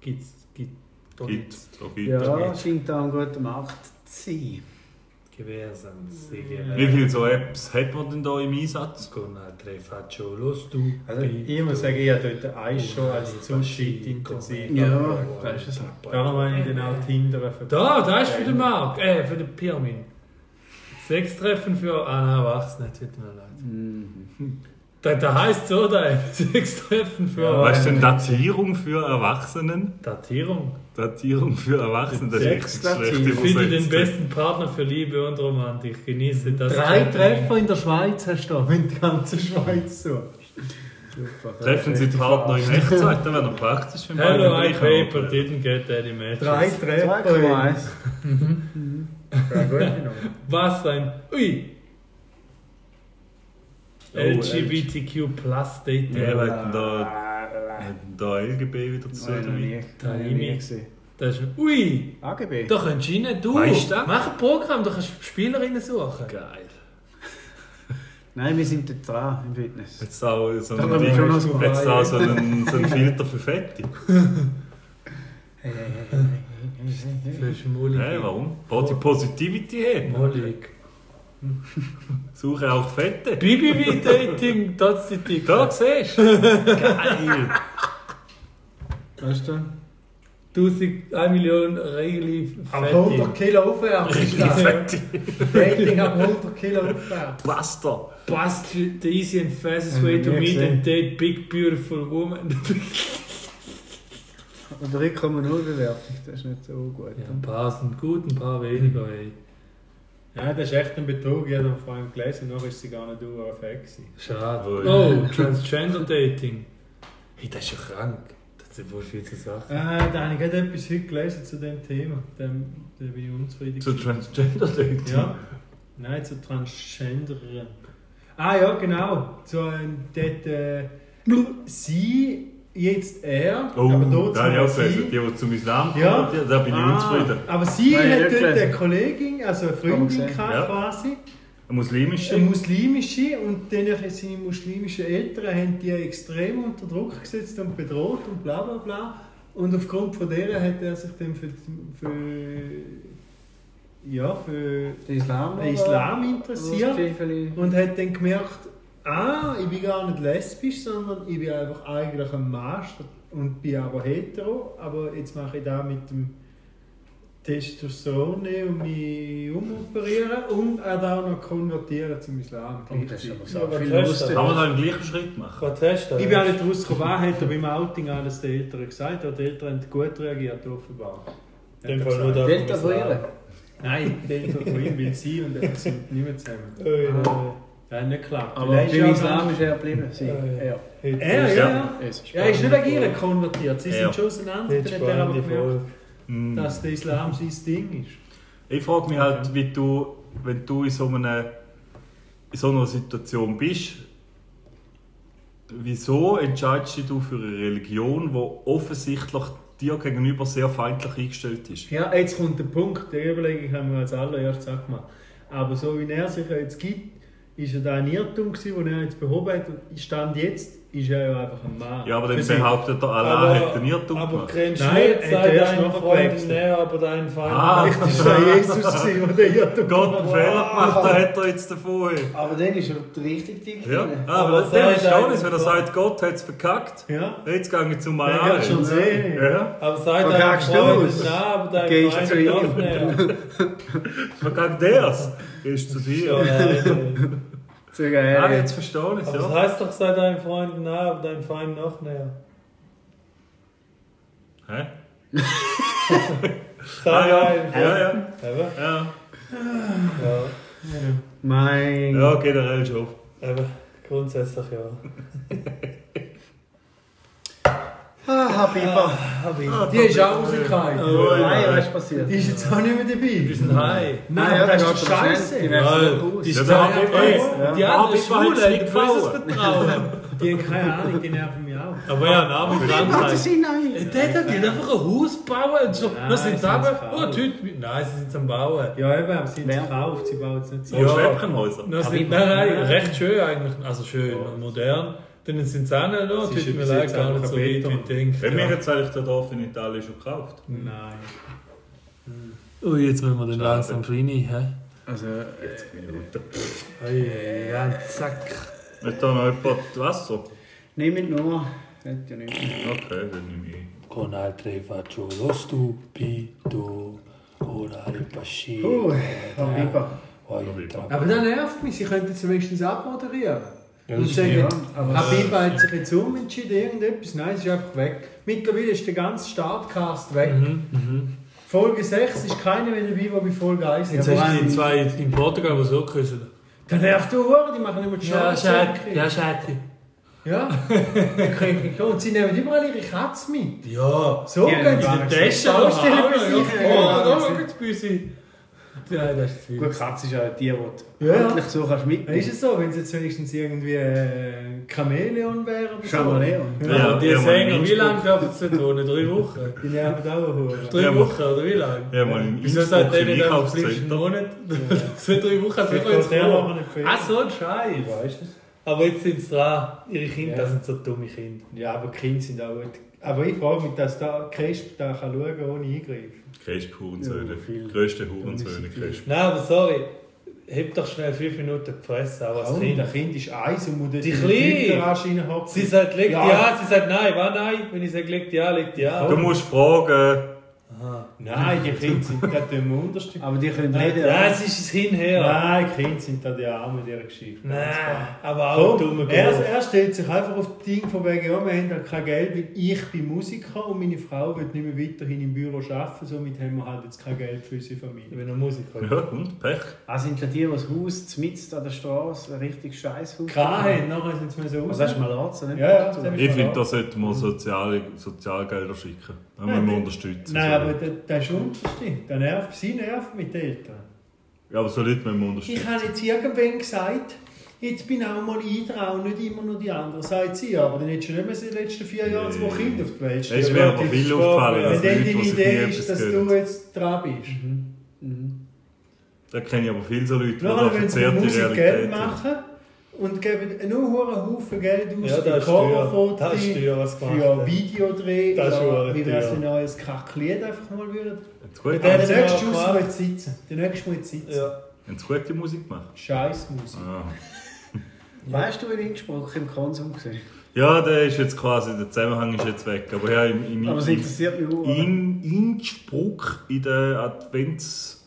Speaker 6: Gibt's, gibt, da gibt's.
Speaker 2: Gibt, da gibt.
Speaker 5: Ja, scheint da ein guter Markt zu sein.
Speaker 6: Gewesen,
Speaker 2: Wie
Speaker 6: Silvia.
Speaker 2: viele so Apps hat man denn da im Einsatz?
Speaker 6: Con altre faccio lo stupido.
Speaker 4: Also, ich muss sagen, ich habe dort Eis schon als zu shit intensiv.
Speaker 5: Ja, da ist es.
Speaker 4: Darum habe ich dann
Speaker 5: Äh,
Speaker 4: auch Tinder verpasst.
Speaker 6: Da, da ist für den Marc, äh, für den Pirmin. Sechs Treffen für. Ah, nein, wach's nicht, tut mir leid. Da, da heißt so, da eben, sechs Treffen für.
Speaker 4: Ja.
Speaker 2: Weißt du denn Datierung für Erwachsenen?
Speaker 6: Datierung.
Speaker 2: Datierung für Erwachsene, das ist richtig schlecht
Speaker 5: Sexdatierung.
Speaker 2: übersetzt.
Speaker 6: Finde den besten Partner für Liebe und Romantik. Genieße das.
Speaker 4: Drei
Speaker 6: Treffen.
Speaker 4: Treffer in der Schweiz hast du da, wenn du die ganze Schweiz so.
Speaker 5: Super.
Speaker 2: Treffen Sie die Partner in Echtzeit, dann wäre noch praktisch. wenn beide
Speaker 6: Hello, I
Speaker 2: gleich
Speaker 6: paper,
Speaker 2: arbeiten.
Speaker 6: didn't get any matches.
Speaker 4: Drei Treffer. in- Mhm.
Speaker 5: 2,1. Mhm.
Speaker 4: Ja, gut genau. genommen.
Speaker 6: Was ein. Ui!
Speaker 2: Oh,
Speaker 6: LGBTQ Plus Dating.
Speaker 2: Ja, wir hätten da, hätten da LGB wieder zu
Speaker 5: Nein, noch nie.
Speaker 2: damit.
Speaker 5: Noch nie
Speaker 6: Tarimi.
Speaker 5: gesehen.
Speaker 6: Das ist, ui!
Speaker 5: AGB?
Speaker 6: Da könntest du rein, du!
Speaker 2: Weißt du?
Speaker 6: Mach ein Programm, da kannst du Spielerinnen suchen. Geil.
Speaker 5: Nein, wir sind dort dran im Fitness.
Speaker 2: Jetzt auch so
Speaker 5: Da
Speaker 2: einen,
Speaker 5: haben wir schon noch so
Speaker 2: jetzt
Speaker 5: frei.
Speaker 2: auch so einen, so einen Filter für Fette.
Speaker 5: Hey, hey, hey, hey, hey, hey, hey, hey.
Speaker 6: Das ist Mollig.
Speaker 2: Hey, warum? Body Positivity hey.
Speaker 6: Mollig.
Speaker 2: Suche auch Fette.
Speaker 6: BBB Dating, das ist die
Speaker 2: Da siehst du. Geil.
Speaker 4: Weißt du?
Speaker 6: 1000, 1 Million Regel.
Speaker 4: Ab 100 Kilo aufwärts ist das.
Speaker 2: Fette.
Speaker 4: Dating ab 100 Kilo aufwärts.
Speaker 2: Plaster.
Speaker 6: Bust the easy and fastest
Speaker 5: Haben
Speaker 6: way
Speaker 5: wir
Speaker 6: to
Speaker 5: nie
Speaker 6: meet
Speaker 5: gesehen.
Speaker 6: and date big beautiful woman.
Speaker 5: Und 3,0 Bewertung, das ist nicht so gut.
Speaker 6: ja, ein paar sind gut, ein paar weniger, ey.
Speaker 4: Ja, das ist echt ein Betrug. Ich habe ihn vorhin gelesen, noch ist sie gar nicht über Fan gewesen.
Speaker 6: Schade.
Speaker 2: Ui.
Speaker 6: Oh, Transgender Dating. Hey, das ist ja krank. Das sind wohl viel zu Sachen.
Speaker 4: Ah, da habe ich gerade etwas heute gelesen zu dem Thema. Dem, da bin ich unzufrieden.
Speaker 2: Zu Transgender Dating.
Speaker 4: Ja. Nein, zu Transgenderin. Ah ja, genau. Zu einem dort, äh, sie, jetzt er,
Speaker 2: Oh,
Speaker 4: aber dort
Speaker 2: da habe ich auch
Speaker 4: sie.
Speaker 2: gelesen. Die, die zum Islam kommen,
Speaker 4: Ja.
Speaker 2: die- da bin
Speaker 5: Ah.
Speaker 2: ich unzufrieden.
Speaker 4: Aber sie
Speaker 5: Nein,
Speaker 4: hat
Speaker 5: nicht
Speaker 4: dort
Speaker 5: gelesen.
Speaker 4: eine Kollegin, also eine
Speaker 5: Haben wir
Speaker 4: Freundin
Speaker 5: gesehen.
Speaker 4: gehabt,
Speaker 2: Ja.
Speaker 4: quasi,
Speaker 2: Eine muslimische.
Speaker 4: eine muslimische und dann seine muslimischen Eltern haben die extrem unter Druck gesetzt und bedroht und bla bla bla. Und aufgrund von der hat er sich dann für, für ja, für
Speaker 5: Der Islam?
Speaker 4: den Islam interessiert.
Speaker 5: interessiert.
Speaker 4: Und hat dann gemerkt, ah, ich bin gar nicht lesbisch, sondern ich bin einfach eigentlich ein Master und bin aber hetero. Aber jetzt mache ich da mit dem Testosteron nehmen und mich umoperieren und er da auch noch konvertieren zum Islam.
Speaker 5: Oh,
Speaker 4: gleichzeitig.
Speaker 5: so
Speaker 6: aber
Speaker 5: viel
Speaker 6: das
Speaker 5: Lust.
Speaker 6: ist
Speaker 2: Kann man da einen gleichen Schritt machen?
Speaker 6: Was hast du
Speaker 4: Ich bin auch nicht rausgekommen, wer hat er beim Outing alles den Eltern gesagt, aber die Eltern haben gut reagiert, offenbar.
Speaker 6: In dem Fall nur der
Speaker 5: Delta Brille.
Speaker 4: Nein, die Eltern von ihm, weil sie und er sind nicht mehr zusammen. Äh, Das hat nicht geklappt.
Speaker 5: Aber
Speaker 4: Vielleicht
Speaker 5: beim
Speaker 4: ist er
Speaker 5: Islam ist er geblieben. Sie.
Speaker 6: Ja,
Speaker 5: Ja.
Speaker 4: auch- Er, ja, ja.
Speaker 5: Es-
Speaker 4: Ja, er ist nicht wegen ihr konvertiert. Sie
Speaker 2: Ja.
Speaker 4: sind schon auseinander.
Speaker 6: Nicht
Speaker 4: Dann hat er aber
Speaker 6: spannende
Speaker 4: gemerkt,
Speaker 6: Folge.
Speaker 2: Hm.
Speaker 4: dass der Islam sein Ding ist.
Speaker 2: Ich frage mich halt, wie du, wenn du in so, einer, in so einer Situation bist, wieso entscheidest du dich für eine Religion, die offensichtlich dir gegenüber sehr feindlich eingestellt ist?
Speaker 4: Ja, jetzt kommt der Punkt. Die Überlegung haben wir als allererstes auch gemacht. Aber so wie er sich jetzt gibt, ist ja da ein Irrtum gewesen, den er jetzt behoben hat. Und Stand jetzt ist er ja einfach ein Mann.
Speaker 2: Ja, aber dann
Speaker 4: Für sich.
Speaker 2: behauptet der Allah, hätte nie dumm
Speaker 3: Aber
Speaker 2: gemacht.
Speaker 3: kein
Speaker 4: Nein,
Speaker 3: Schnitt,
Speaker 4: er hat
Speaker 3: sagt
Speaker 4: erst
Speaker 3: ein
Speaker 4: nachher
Speaker 3: Freund
Speaker 4: gewechselt.
Speaker 3: näher, aber dein Feind.
Speaker 2: Ah.
Speaker 4: Vielleicht ist er Jesus gewesen, der hier tut.
Speaker 2: Gott einen Fehler gemacht, da hätte er jetzt davon.
Speaker 5: Aber dann ist er richtig dick.
Speaker 2: Ja, Ah,
Speaker 5: drin.
Speaker 2: aber
Speaker 3: was
Speaker 2: der
Speaker 3: sagt
Speaker 2: ist schon,
Speaker 3: einer?
Speaker 2: ist, wenn er sagt, Gott hat es verkackt,
Speaker 4: Ja,
Speaker 2: jetzt gehe ich zum
Speaker 4: er
Speaker 2: Allah.
Speaker 4: hat schon sehen.
Speaker 2: Ja,
Speaker 3: Aber sagt dein
Speaker 5: Verkackst
Speaker 3: Freund
Speaker 5: du's?
Speaker 3: nein, aber dein
Speaker 5: Gehst
Speaker 3: Feind
Speaker 5: zu ihm.
Speaker 3: darf näher.
Speaker 2: verkackt der es. Ist zu
Speaker 3: Ja,
Speaker 2: dir.
Speaker 3: nein.
Speaker 5: Sehr
Speaker 2: Ah,
Speaker 5: geil.
Speaker 2: jetzt verstehe ich es,
Speaker 3: Aber
Speaker 2: ja.
Speaker 3: es heißt doch, sei deinem Freund nah, aber dein Feind noch näher.
Speaker 2: Hä?
Speaker 3: Sei
Speaker 2: Ah, ja.
Speaker 3: deinem
Speaker 2: Ja,
Speaker 3: Freund.
Speaker 2: ja.
Speaker 3: Eben,
Speaker 2: Ja,
Speaker 3: ja.
Speaker 5: Mein.
Speaker 2: ja generell schon.
Speaker 3: Eben, grundsätzlich ja.
Speaker 5: Ah, Habiba.
Speaker 4: Ah, Die ist auch rausgekommen.
Speaker 2: Oh,
Speaker 5: Nein,
Speaker 2: nein.
Speaker 5: was ist passiert?
Speaker 4: Die ist jetzt auch nicht mehr dabei.
Speaker 6: sind high.
Speaker 4: Nein,
Speaker 5: ja,
Speaker 4: das ist
Speaker 5: die
Speaker 4: doch
Speaker 5: hat
Speaker 4: scheiße.
Speaker 5: Prozent, Die wächst
Speaker 6: Weil-
Speaker 5: noch aus.
Speaker 6: Die
Speaker 2: Ja,
Speaker 6: ist
Speaker 2: der
Speaker 6: ja,
Speaker 2: hat jetzt-
Speaker 6: die andere
Speaker 2: Aber ich war jetzt
Speaker 6: Schwule,
Speaker 2: nicht
Speaker 6: du böses
Speaker 2: gefahren.
Speaker 6: Vertrauen.
Speaker 4: Die haben keine Ahnung, die nerven mich auch.
Speaker 6: Aber ja, Name und
Speaker 5: Warte,
Speaker 6: Krankheit.
Speaker 5: sie nein.
Speaker 6: Der da geht einfach ein Haus bauen und so.
Speaker 4: Nein,
Speaker 6: Was sind
Speaker 4: sie haben's
Speaker 6: sagen?
Speaker 4: gekauft.
Speaker 6: Oh, Tüte. mit- Nein, sie sind am Bauen.
Speaker 4: Ja, eben, aber sie haben es
Speaker 5: Wer?
Speaker 4: gekauft, sie bauen es nicht so.
Speaker 2: So Schwäbchenhäuser.
Speaker 6: Noch sind, nein, nein, recht schön eigentlich. Also schön, modern. Dann sind sie auch noch, da,
Speaker 4: Sie ist
Speaker 6: tut mir
Speaker 4: bis
Speaker 6: leid,
Speaker 4: jetzt
Speaker 6: gar
Speaker 4: einfach
Speaker 6: nicht so
Speaker 4: ein
Speaker 6: weit,
Speaker 4: Beton.
Speaker 6: wie ich denke.
Speaker 2: Wenn wir
Speaker 6: Ja.
Speaker 2: jetzt eigentlich das Dorf in Italien schon gekauft.
Speaker 4: Nein.
Speaker 6: Ui, Oh, jetzt müssen wir den langsam rein. hä?
Speaker 5: Also,
Speaker 6: Ei, ja, zack.
Speaker 2: Hat da noch jemand Wasser?
Speaker 5: nimm ihn nur. Hat ja nicht.
Speaker 2: Okay, dann nehme ich.
Speaker 7: Con altre faccio lo stupido, ora il pascino.
Speaker 5: Uh, Habiba.
Speaker 7: Voglio entrare.
Speaker 4: Aber das nervt mich, sie könnten es wenigstens abmoderieren. und
Speaker 7: ist-
Speaker 4: sagen,
Speaker 5: Ja, aber-
Speaker 4: Habiba hat sich jetzt umentschieden, irgendetwas. Nein, es ist einfach weg. Mittlerweile ist der ganze Startcast weg. Folge 6 ist keiner mehr dabei, der bei Folge 1
Speaker 6: Jetzt
Speaker 4: dabei
Speaker 6: hast du
Speaker 4: ist.
Speaker 6: die zwei in Portugal, die so geküsselt
Speaker 4: Der nervt die Uhr, die machen immer die Schnauze.
Speaker 6: ja, Schätze.
Speaker 4: ja. Die kriegen mich Und sie nehmen überall ihre Katze mit.
Speaker 6: Ja,
Speaker 4: So
Speaker 5: Die
Speaker 4: gehen
Speaker 5: haben
Speaker 4: sie
Speaker 5: gar
Speaker 4: in
Speaker 5: nichts
Speaker 4: die Tasche. Baustelle bei sich.
Speaker 6: Oh, da gibt es Büsi. Ja, das ist zu viel.
Speaker 5: Gut, Katze ist ja die, die du
Speaker 4: Ja.
Speaker 5: ordentlich so kannst mitnehmen.
Speaker 4: Ist es so, wenn es jetzt wenigstens irgendwie äh, Chamäleon wäre oder so?
Speaker 5: Chameleon.
Speaker 2: Ja,
Speaker 6: Ja, die
Speaker 2: ja,
Speaker 6: Sänger,
Speaker 2: Mann,
Speaker 6: wie lange dürfen sie nicht wohnen? Drei Wochen?
Speaker 4: Die nerven auch eine Hure.
Speaker 6: Drei
Speaker 2: Ja, Mann.
Speaker 6: Wochen, oder wie lange?
Speaker 2: Ja, mal in
Speaker 6: Wieso sagt der nicht einfach,
Speaker 2: Einkaufszentrum.
Speaker 6: bleibst einen Monat? Zwei, drei Wochen sind wir
Speaker 3: Vielleicht
Speaker 6: jetzt
Speaker 3: geht der noch
Speaker 6: vor.
Speaker 3: eine Ferien.
Speaker 6: Ach so, ein Scheiß. Aber jetzt sind sie dran. Ihre Kinder das sind so dumme Kinder.
Speaker 4: Ja, aber die Kinder sind auch gut. Aber ich frage mich, dass da Crisp da kann schauen kann, ohne Eingriff.
Speaker 2: Christ Hurensöhne.
Speaker 5: Ja, viel.
Speaker 2: Größte Hurensöhne, Christ.
Speaker 3: Nein, aber sorry. Heb doch schnell fünf Minuten die Fresse, auch als
Speaker 4: Kaum,
Speaker 3: Kind.
Speaker 4: das Kind ist eins und muss dort
Speaker 6: Die
Speaker 4: in
Speaker 6: Kleine.
Speaker 4: Tiefgarage hocken.
Speaker 3: Sie sagt, legt
Speaker 4: Ja.
Speaker 3: ja. sie sagt nein, war nein. Wenn ich sage, legt ja, legt ja.
Speaker 2: Du musst fragen.
Speaker 4: Nein, die Kinder sind da dem untersten.
Speaker 5: Aber die können
Speaker 3: Nein,
Speaker 5: reden.
Speaker 3: es ist ein Hinher.
Speaker 4: Nein, die Kinder sind da die Arme in dieser Geschichte.
Speaker 3: Nein, aber auch dumme
Speaker 4: Komm, Oh, er, er stellt sich einfach auf das Ding von wegen, ja, wir haben halt kein Geld, weil ich bin Musiker und meine Frau will nicht mehr weiterhin im Büro arbeiten, somit haben wir halt jetzt kein Geld für unsere Familie.
Speaker 3: Wenn er Musiker
Speaker 2: Ja, und Pech.
Speaker 5: Ah, sind ja die, die das Haus zumindest an der Straße, ein richtig scheiß Haus
Speaker 4: Krahen, nachher sind sie mir so
Speaker 5: Was
Speaker 4: raus.
Speaker 5: hast du mal Arzt, nicht?
Speaker 4: Ja, ja,
Speaker 5: Portugal?
Speaker 4: das
Speaker 2: Ich finde, da sollten wir Sozial Sozialgelder schicken. Wenn wir ihn unterstützen.
Speaker 4: Nein, aber der, der ist unterste. Der nervt, sie nervt mit den Eltern.
Speaker 2: Ja, aber so Leute müssen wir unterstützen.
Speaker 4: Ich habe jetzt irgendwann gesagt, jetzt bin auch mal ich dran, nicht immer nur die anderen, sagt sie. Aber dann hättest du nicht mehr in den letzten vier Jahren zwei
Speaker 2: Nee.
Speaker 4: Kinder auf die Welt
Speaker 2: Es ist mir aber viel aufgefallen,
Speaker 4: Wenn
Speaker 2: dass
Speaker 4: dann
Speaker 2: Leute,
Speaker 4: deine
Speaker 2: die sich nie
Speaker 4: Idee ist,
Speaker 2: etwas
Speaker 4: dass du
Speaker 2: gönnen.
Speaker 4: jetzt dran bist.
Speaker 2: Da kenne ich aber viele so Leute, die da
Speaker 4: Nachher, wenn sie mit
Speaker 2: verzerrte
Speaker 4: Musik Geld
Speaker 2: Realität haben.
Speaker 4: machen und geben nur einen Haufen Geld aus
Speaker 3: Ja, das ist teuer. Das ist teuer, was gemacht
Speaker 4: für
Speaker 3: hat.
Speaker 4: Videodreh,
Speaker 3: Das ist
Speaker 4: oder
Speaker 3: verdammt
Speaker 4: wie wäre es,
Speaker 3: teuer.
Speaker 4: wenn ihr ein Kacklied einfach mal würdet?
Speaker 2: Wenn's gut-
Speaker 4: Der
Speaker 3: haben sie
Speaker 4: nächste
Speaker 3: mal
Speaker 4: Schuss
Speaker 3: gemacht.
Speaker 4: muss sitzen. Der nächste muss sitzen.
Speaker 3: Ja.
Speaker 2: Wenn's gute Musik macht.
Speaker 4: Scheiß Musik.
Speaker 2: Ah.
Speaker 5: Weißt du, wie in Innsbruck im Konsum gesehen?
Speaker 2: Ja, der ist jetzt quasi, der Zusammenhang ist jetzt weg. Aber ja, im, im,
Speaker 5: Aber es
Speaker 2: im,
Speaker 5: interessiert mich auch.
Speaker 2: in Innsbruck in der Advents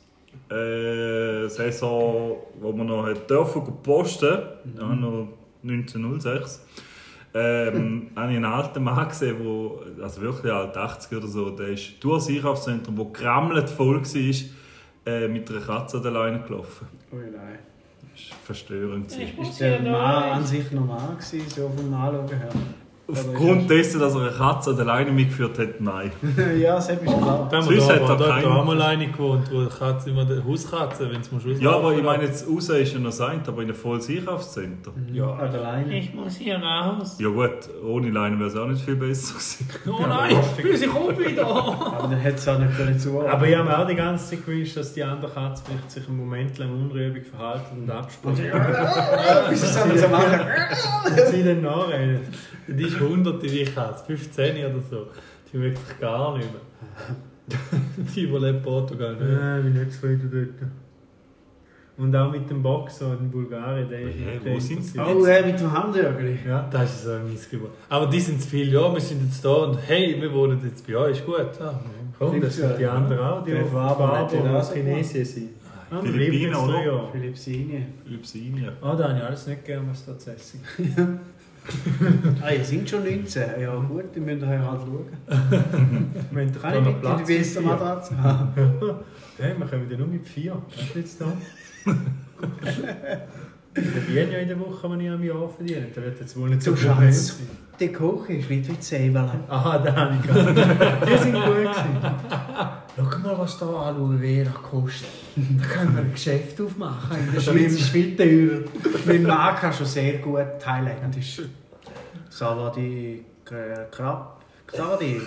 Speaker 2: äh, Saison, wo man noch hat dürfen gehen posten, ja, noch 1906, ähm, habe ich einen alten Mann gesehen, wo, also wirklich alt 80 oder so, der ist durch das Einkaufszentrum, wo gerammelt voll war, äh, mit einer Katze an der Leine gelaufen.
Speaker 5: Oh nein.
Speaker 2: Das war verstörend.
Speaker 5: Ist der Mann an sich normal gewesen, so vom Anschauen her?
Speaker 2: Aufgrund dessen, dass er eine Katze an der Leine mitgeführt hat, nein.
Speaker 5: ja, das hat mich klar.
Speaker 6: Da haben wir
Speaker 2: Sonst
Speaker 6: da,
Speaker 2: hat
Speaker 6: da,
Speaker 2: er
Speaker 6: da hat
Speaker 2: keinen-
Speaker 6: er auch mal alleine gewohnt, wo die Katze immer die Hauskatze, wenn es mal Schluss
Speaker 2: Ja, aber ich meine, jetzt raus ist ja noch sein, aber in einem volles Einkaufscenter.
Speaker 6: Ja.
Speaker 5: An der Leine.
Speaker 6: Ich muss hier raus.
Speaker 2: Ja gut, ohne Leine wäre es auch nicht viel besser gewesen.
Speaker 6: Oh nein, ich komme wieder.
Speaker 5: Aber dann hätte es auch nicht können zuhören.
Speaker 4: Aber ich habe mir auch die ganze Zeit gewünscht, dass die andere Katze vielleicht sich einen Moment lang unruhig verhalten und abspringt.
Speaker 5: Wieso sollen wir so machen?
Speaker 4: Und sie dann nachredet.
Speaker 6: Die ist 100, die Katze, 15 oder so. Die möchte ich gar nicht mehr. die überlebt Portugal nicht.
Speaker 4: Nein, bin Äh, nicht zufrieden dort. Und auch mit dem Boxer in Bulgarien. Der,
Speaker 2: Hey,
Speaker 4: der
Speaker 2: wo sind sie?
Speaker 5: Oh, hey, mit dem Handjörgli.
Speaker 4: Ja.
Speaker 6: Das ist so ein Missgeburt. Aber die sind zu viel, ja, wir sind jetzt da und hey, wir wohnen jetzt bei euch, ist gut. Ah, Ja.
Speaker 4: Komm, das sind die anderen auch. Die auf Farbe
Speaker 5: nicht in
Speaker 4: aus
Speaker 5: Asien
Speaker 4: Chinesien sind. Ah, die
Speaker 2: Philippinen,
Speaker 4: leben jetzt
Speaker 2: oder?
Speaker 4: drei Jahre.
Speaker 5: Philippsine.
Speaker 2: Lipsinien.
Speaker 4: Ah, da habe ich alles nicht gern, was da zu essen gibt.
Speaker 5: Ah, ihr seid schon 19. Ja gut, ihr müsst euch halt schauen.
Speaker 4: Wenn
Speaker 5: Kann ich mit in
Speaker 4: Platz
Speaker 5: die Wieser
Speaker 4: vier.
Speaker 5: Matratze haben?
Speaker 4: Hey, wir kommen ja nur mit vier. Was ist jetzt da? Wir verdienen ja in der Woche, wenn ich am Jahr verdiene. Da wird jetzt wohl nicht so
Speaker 5: Du
Speaker 4: viel
Speaker 5: Schatz.
Speaker 4: sein.
Speaker 5: Der Koch ist nicht wie die Seebälle.
Speaker 4: Aha, da habe ich gar nicht. Die sind gut gewesen. Schau mal, was da Aloe Vera kostet.
Speaker 5: Da können wir ein Geschäft aufmachen. In der Schweiz ist viel teurer. Mit Marca schon sehr gut thailändisch. Saladi Kra- Krab. Xadi.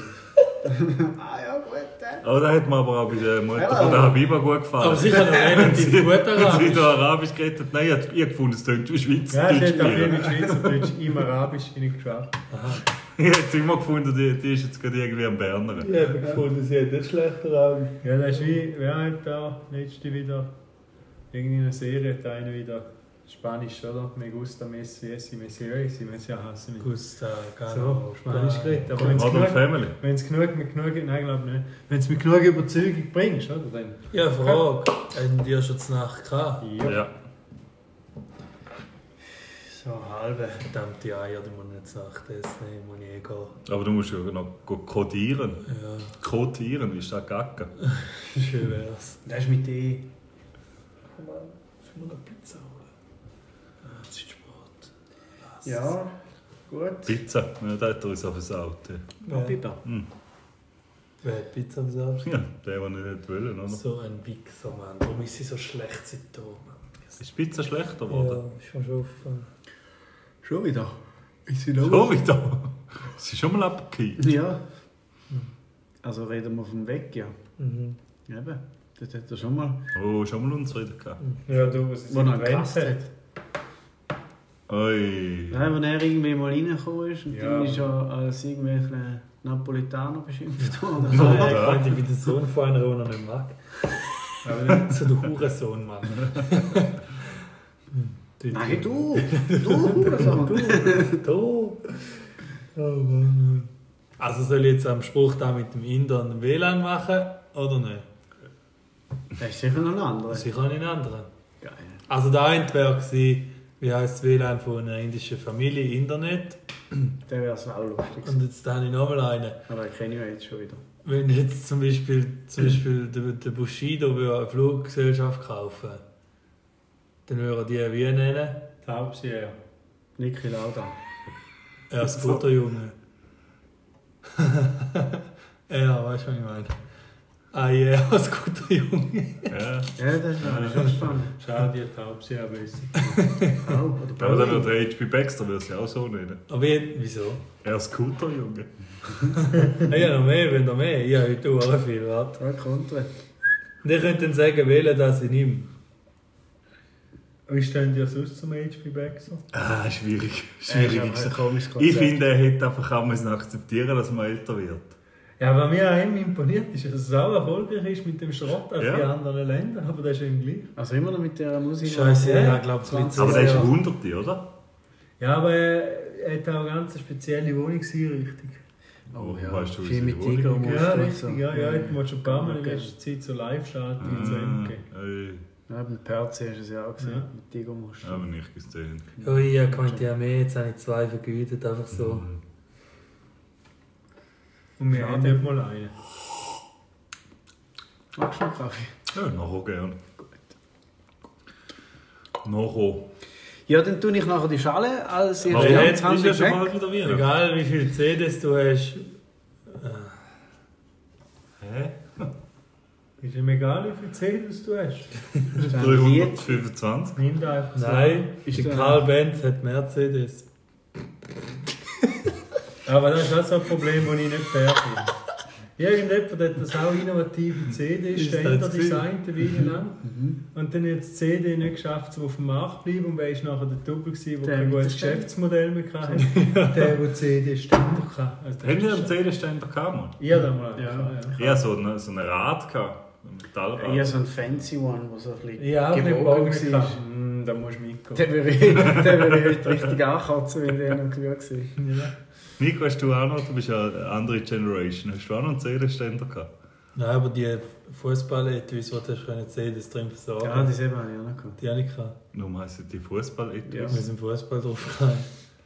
Speaker 5: ah ja, gut. äh.
Speaker 2: Aber da hat mir aber auch bei der Mutter
Speaker 5: Ja.
Speaker 2: von der Habiba gut gefallen.
Speaker 6: Aber sicher noch relativ gut
Speaker 2: Wenn sie
Speaker 6: daran.
Speaker 2: wieder Arabisch geredet hat, nein, ich habe gefunden, es tönt wie
Speaker 4: Ja, ich
Speaker 2: Schweizerdeutsch.
Speaker 4: hätte auf
Speaker 2: Ja,
Speaker 4: jeden Fall Schweizerdeutsch im Arabisch reingeschafft.
Speaker 2: ich habe immer gefunden, die, die ist jetzt gerade irgendwie am Berner.
Speaker 3: Ich habe gefunden, sie hat nicht schlechter Augen.
Speaker 4: Ja, das ist wie, wer hat da letzte wieder? Irgendeine Serie hat einer wieder Spanisch, oder? Me gusta Messi, Messi, Messi, Messi, Messi, Messi, So, Spanisch geredet. Aber wenn es
Speaker 2: Modern
Speaker 4: genug,
Speaker 2: Family.
Speaker 4: wenn's genug, mit genug, nein, glaub nicht. Wenn es mit genug Überzeugung bringst, oder? Dann.
Speaker 6: Ja, Frage. Haben die schon zur Nacht gehabt?
Speaker 2: Ja.
Speaker 5: So halbe.
Speaker 6: Verdammte Eier, die muss ich nicht zur Nacht essen, die muss ich eh gehen.
Speaker 2: Aber du musst ja noch go- codieren.
Speaker 6: Ja,
Speaker 2: Codieren ist das Gacke.
Speaker 6: schön wär's.
Speaker 5: Das ist mit E.
Speaker 6: Ich muss noch Pizza holen. Ah, es ist Sport.
Speaker 5: Ja, gut.
Speaker 2: Pizza, ja, da hat er uns auf das Auto.
Speaker 6: Wer,
Speaker 5: Biber.
Speaker 6: wer hat Pizza am Samstag?
Speaker 2: Ja, der, den ich nicht wollen, oder?
Speaker 6: So ein Wichser, Mann. Warum ist sie so schlecht seit da, Mann?
Speaker 2: Ist die Pizza schlechter geworden?
Speaker 6: Ja, ist mir schon aufgefallen.
Speaker 5: Schon wieder. Ist sie
Speaker 2: Schon wieder. Sie ist schon mal abgekippt.
Speaker 5: Ja. Also reden wir vom Weg, ja.
Speaker 6: Mhm.
Speaker 5: Eben. Das hat er schon mal.
Speaker 2: Oh, schon mal unzufrieden gehabt.
Speaker 4: Ja, du, was ist
Speaker 5: Wo er gehasst hat.
Speaker 2: Oi.
Speaker 5: Nein, wenn er irgendwie mal reingekommen ist und
Speaker 4: Ja.
Speaker 5: dann ist er als irgendwelche Napolitaner beschimpft worden.
Speaker 6: Ja,
Speaker 5: Ja.
Speaker 2: Ja.
Speaker 6: Ich bin der Sohn von einer, den er nicht mag. so der Hurensohn, Mann.
Speaker 5: Nein, du! Du! Hurensohn.
Speaker 6: Da. Oh Mann. Also soll ich jetzt am Spruch da mit dem Inder einen WLAN machen oder nicht?
Speaker 5: Das ist sicher noch ein anderer.
Speaker 6: Sie kann einen anderen.
Speaker 5: Geil.
Speaker 6: Also der eine wäre gewesen, wie heisst das WLAN von einer indischen Familie, Internet.
Speaker 5: Der wäre es auch lustig. gewesen.
Speaker 6: Und jetzt habe ich nochmal einen.
Speaker 5: Aber den kenne ich ja jetzt schon wieder.
Speaker 6: Wenn jetzt zum Beispiel, zum Beispiel der, der Bushido würde eine Fluggesellschaft kaufen dann würde er die wie nennen?
Speaker 4: Taubsier.
Speaker 5: Niki Lauda.
Speaker 6: Er ist guter Junge. ja, weißt du, was ich meine? Ah ja, yeah, als guter Junge.
Speaker 2: Ja.
Speaker 5: Ja, das ist auch schon spannend.
Speaker 4: Schade, die Taubsier besser.
Speaker 5: Oh, oder
Speaker 2: Aber dann
Speaker 5: Bowling.
Speaker 2: würde der HP Baxter würde sie auch so nennen.
Speaker 6: Aber ich, wieso?
Speaker 2: Er ist guter Junge.
Speaker 6: Ah, ja, noch mehr, wenn noch mehr. Ja, ich tue auch viel, warte.
Speaker 5: Ja, Kontra.
Speaker 6: Und ihr könnt dann sagen, wählen, dass ich nehme.
Speaker 4: Wie stehen die sonst zum HP Baxter?
Speaker 2: Ah, schwierig.
Speaker 5: Er ist
Speaker 2: Schwierig.
Speaker 5: einfach ein komisches
Speaker 2: ich
Speaker 5: Konzept.
Speaker 2: finde, er hätte einfach auch müssen akzeptieren dass man älter wird.
Speaker 4: Ja, was mir auch immer imponiert ist, dass es auch erfolgreich ist mit dem Schrott auf
Speaker 2: Ja.
Speaker 4: die anderen Länder, aber das ist eben gleich.
Speaker 5: Also immer noch mit dieser Musik.
Speaker 6: Scheiße,
Speaker 4: Ja.
Speaker 6: ja, ich glaube, es liegt so.
Speaker 2: Aber der ist
Speaker 4: ja.
Speaker 2: 100, oder?
Speaker 4: Ja, aber er hat auch eine ganz spezielle Wohnungseinrichtung.
Speaker 5: Oh ja,
Speaker 2: Weißt du, wie
Speaker 5: viel
Speaker 2: sie
Speaker 5: mit
Speaker 2: wohnen?
Speaker 5: Tiger und
Speaker 4: Ja,
Speaker 5: Monster und so. Mhm.
Speaker 4: richtig, ja, ja. Ich muss schon ein paar Mal in
Speaker 5: Okay. Mhm.
Speaker 4: letzter Zeit so Live-Schaltungen zu Ende gehen.
Speaker 2: Ah, Ey,
Speaker 5: Ja, mit Perze hast du es ja auch gesehen.
Speaker 4: Ja.
Speaker 5: Mit Tiger musst
Speaker 2: haben wir nicht gesehen.
Speaker 6: Oh, ich habe gemeint, ja mehr, jetzt habe ich zwei vergütet, einfach so.
Speaker 5: Mhm.
Speaker 4: Und wir haben nicht mal einen.
Speaker 5: Magst du noch Kaffee?
Speaker 2: Ja, nachher gern. Nachher.
Speaker 5: Ja, dann tue ich nachher die Schale als ihre
Speaker 2: Warum?
Speaker 6: Ja,
Speaker 2: Jetzt ist
Speaker 6: jetzt
Speaker 2: ja
Speaker 5: Amtshandlung
Speaker 2: schon
Speaker 5: weg.
Speaker 2: mal wieder Wien.
Speaker 6: Egal wie viel CDs du hast,
Speaker 2: Hä?
Speaker 4: Ist ihm egal, wie viel Zähne du hast.
Speaker 5: Ist ein Lied.
Speaker 2: 325?
Speaker 4: Nimm da einfach so.
Speaker 6: Also nein,
Speaker 5: Ist
Speaker 6: der
Speaker 5: der-
Speaker 6: Karl Benz hat mehr CDs.
Speaker 4: Aber das ist auch so ein Problem, das ich nicht fair finde. Irgendjemand hat das auch innovative CD-Ständer
Speaker 6: das gewesen?
Speaker 4: designt, eine
Speaker 2: Mhm.
Speaker 4: Weile lang. Und dann hat die CD nicht geschafft, so auf dem Markt zu bleiben. Und wer ist nachher der Double, gewesen, der
Speaker 5: Der
Speaker 4: kein
Speaker 5: mit
Speaker 4: gutes
Speaker 5: der Ständer.
Speaker 4: Geschäftsmodell mehr hatte? der, der CD-Ständer kann. Also das
Speaker 2: Haben
Speaker 4: ist
Speaker 2: wir einen
Speaker 4: schon-
Speaker 2: Zählenständer gehabt? Mann?
Speaker 4: Ich habe da mal einen
Speaker 5: Ja.
Speaker 4: gehabt, ja.
Speaker 2: Ich hatte so ein so einen Rad, gehabt, ein Metallrad.
Speaker 5: Eher so ein fancy one, der so ein bisschen
Speaker 4: Ich habe auch nicht
Speaker 5: gebogen
Speaker 4: Bock
Speaker 5: war.
Speaker 4: gehabt. Hm, Da musst du mitgehen.
Speaker 5: Den würde ich, den würde ich heute richtig ankotzen, wenn der noch genug war.
Speaker 2: Nico, hast du auch noch, du bist ja eine andere Generation, hast du auch noch einen Zählenständer gehabt?
Speaker 6: Nein, aber die Fußball-Etwas, die du hast können, CDs drin versorgen
Speaker 5: Ja, das eben habe ich auch noch gehabt.
Speaker 6: die habe ich gehabt.
Speaker 2: Nur heissen die fußball etwas
Speaker 5: Ja.
Speaker 6: Wir sind Fußball drauf gegangen.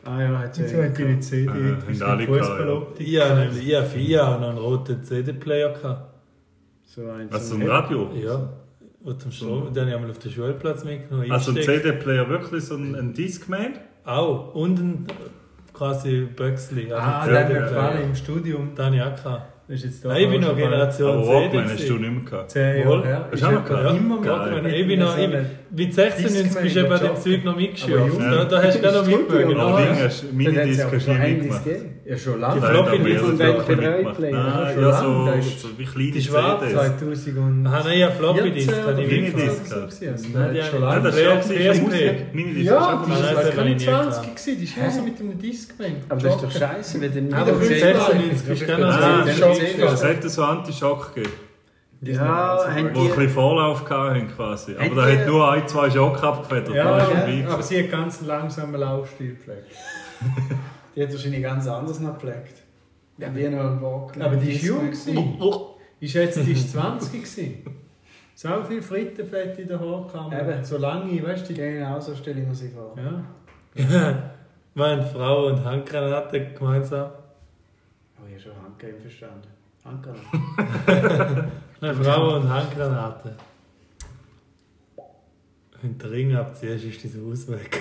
Speaker 5: Ah ja, hat
Speaker 4: Jetzt hat die CD
Speaker 2: Äh, haben
Speaker 4: etwas
Speaker 2: alle
Speaker 4: mit
Speaker 2: gehabt,
Speaker 4: Fußballoptik.
Speaker 6: Ich habe nämlich- ich habe vier Jahre noch einen roten CD-Player gehabt.
Speaker 5: So eins.
Speaker 2: Also ein Radio?
Speaker 6: Ja. Und zum Strom, den habe ich einmal auf den Schulplatz mitgenommen.
Speaker 2: Also ein
Speaker 6: eingesteckt.
Speaker 2: CD-Player wirklich so ein, ein Discman?
Speaker 6: Auch. Und ein quasi Böxli.
Speaker 4: Ah,
Speaker 6: Also
Speaker 4: den haben wir
Speaker 6: CD-Player.
Speaker 4: gerade im Studium.
Speaker 6: Den habe ich auch gehabt.
Speaker 4: Das ist jetzt da
Speaker 6: Nein, ich bin noch
Speaker 4: schon bald
Speaker 6: Generation
Speaker 2: Aber
Speaker 6: CD.
Speaker 2: Walkman hast du
Speaker 6: gewesen.
Speaker 2: nicht mehr gehabt.
Speaker 4: Zehn
Speaker 6: Wohl.
Speaker 4: Jahre her.
Speaker 2: Hast du auch noch
Speaker 6: Ja,
Speaker 2: gehabt?
Speaker 4: immer
Speaker 2: Geil.
Speaker 4: mal.
Speaker 6: Ich bin noch, ich,
Speaker 4: immer.
Speaker 6: mit 96 bist du eben bei dem Zeug noch
Speaker 4: Aber
Speaker 6: mitgeschürft.
Speaker 4: jung.
Speaker 6: Da, da hast du gerade noch
Speaker 5: Studio.
Speaker 6: mitgemacht.
Speaker 2: Aber
Speaker 6: Genau.
Speaker 2: Ding hast du Minidisc hast du nie mitgemacht.
Speaker 4: Ja, schon
Speaker 6: Die
Speaker 4: lange.
Speaker 2: Nein,
Speaker 6: Floppy
Speaker 2: da haben wir
Speaker 6: Disc
Speaker 2: jetzt
Speaker 5: und dann
Speaker 2: wirklich
Speaker 5: P3
Speaker 2: mitgemacht.
Speaker 5: Player.
Speaker 2: Nein,
Speaker 4: Schon
Speaker 2: Ah, ja,
Speaker 4: lange,
Speaker 2: so,
Speaker 4: da ist
Speaker 2: so wie kleine
Speaker 6: die schwarze
Speaker 2: CDs.
Speaker 4: 2000 und.
Speaker 6: Ah, nein, ja, Floppy Disk hatte ich
Speaker 2: Mini-Disc.
Speaker 6: mitgemacht.
Speaker 2: mitgemacht.
Speaker 6: Nein, die
Speaker 4: Minidisc.
Speaker 6: haben-
Speaker 2: Ja,
Speaker 4: Schon lange.
Speaker 2: Ah, das war auch
Speaker 6: PSP.
Speaker 2: gewesen, Musik. Minidisc hast du auch
Speaker 4: Ja, die
Speaker 2: gemacht.
Speaker 6: Nein,
Speaker 4: war
Speaker 6: das habe ich
Speaker 4: keine
Speaker 6: nie
Speaker 4: 20
Speaker 6: gehabt.
Speaker 4: gewesen, die ist nur so mit einem Disc gemacht.
Speaker 5: Aber das ist doch scheiße, wenn dann
Speaker 4: Aber fünf
Speaker 5: wieder zehn-
Speaker 4: Jahre.
Speaker 6: 96 bist du dann noch
Speaker 4: Ah,
Speaker 2: Nein,
Speaker 5: das
Speaker 2: das
Speaker 5: ist
Speaker 6: so.
Speaker 5: schon
Speaker 2: ist-
Speaker 5: zehn
Speaker 2: es
Speaker 5: Jahre.
Speaker 2: hätte so Anti-Schock gegeben,
Speaker 5: Ja, haben
Speaker 2: wo ein
Speaker 5: die...
Speaker 2: bisschen Vorlauf hatten quasi. Aber
Speaker 5: Hat
Speaker 2: da
Speaker 5: die-
Speaker 2: hat nur ein, zwei Schock abgefedert.
Speaker 4: Ja,
Speaker 2: da ist
Speaker 4: ja,
Speaker 2: vorbei gewesen.
Speaker 4: aber sie hat ganz einen langsamen Laufstil gepflegt.
Speaker 5: Die hat wahrscheinlich ganz anders noch gepflegt. Ja, die noch einen Walkman.
Speaker 4: Aber die war jung. gewesen. Ich schätze, die war 20 gewesen. So viel Frittenfett in der Haarkammer.
Speaker 5: Eben.
Speaker 4: So lange, weißt du? die-
Speaker 5: Genau, so stelle ich mir sie vor.
Speaker 4: Ja.
Speaker 6: Meine Frau und Handgranate gemeinsam.
Speaker 5: Oh, ich habe schon Handgame verstanden. Handgame.
Speaker 6: Meine Frau und Handgranate. Wenn du den Ring abziehst, ist dieser Haus weg.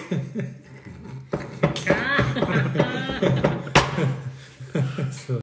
Speaker 6: so.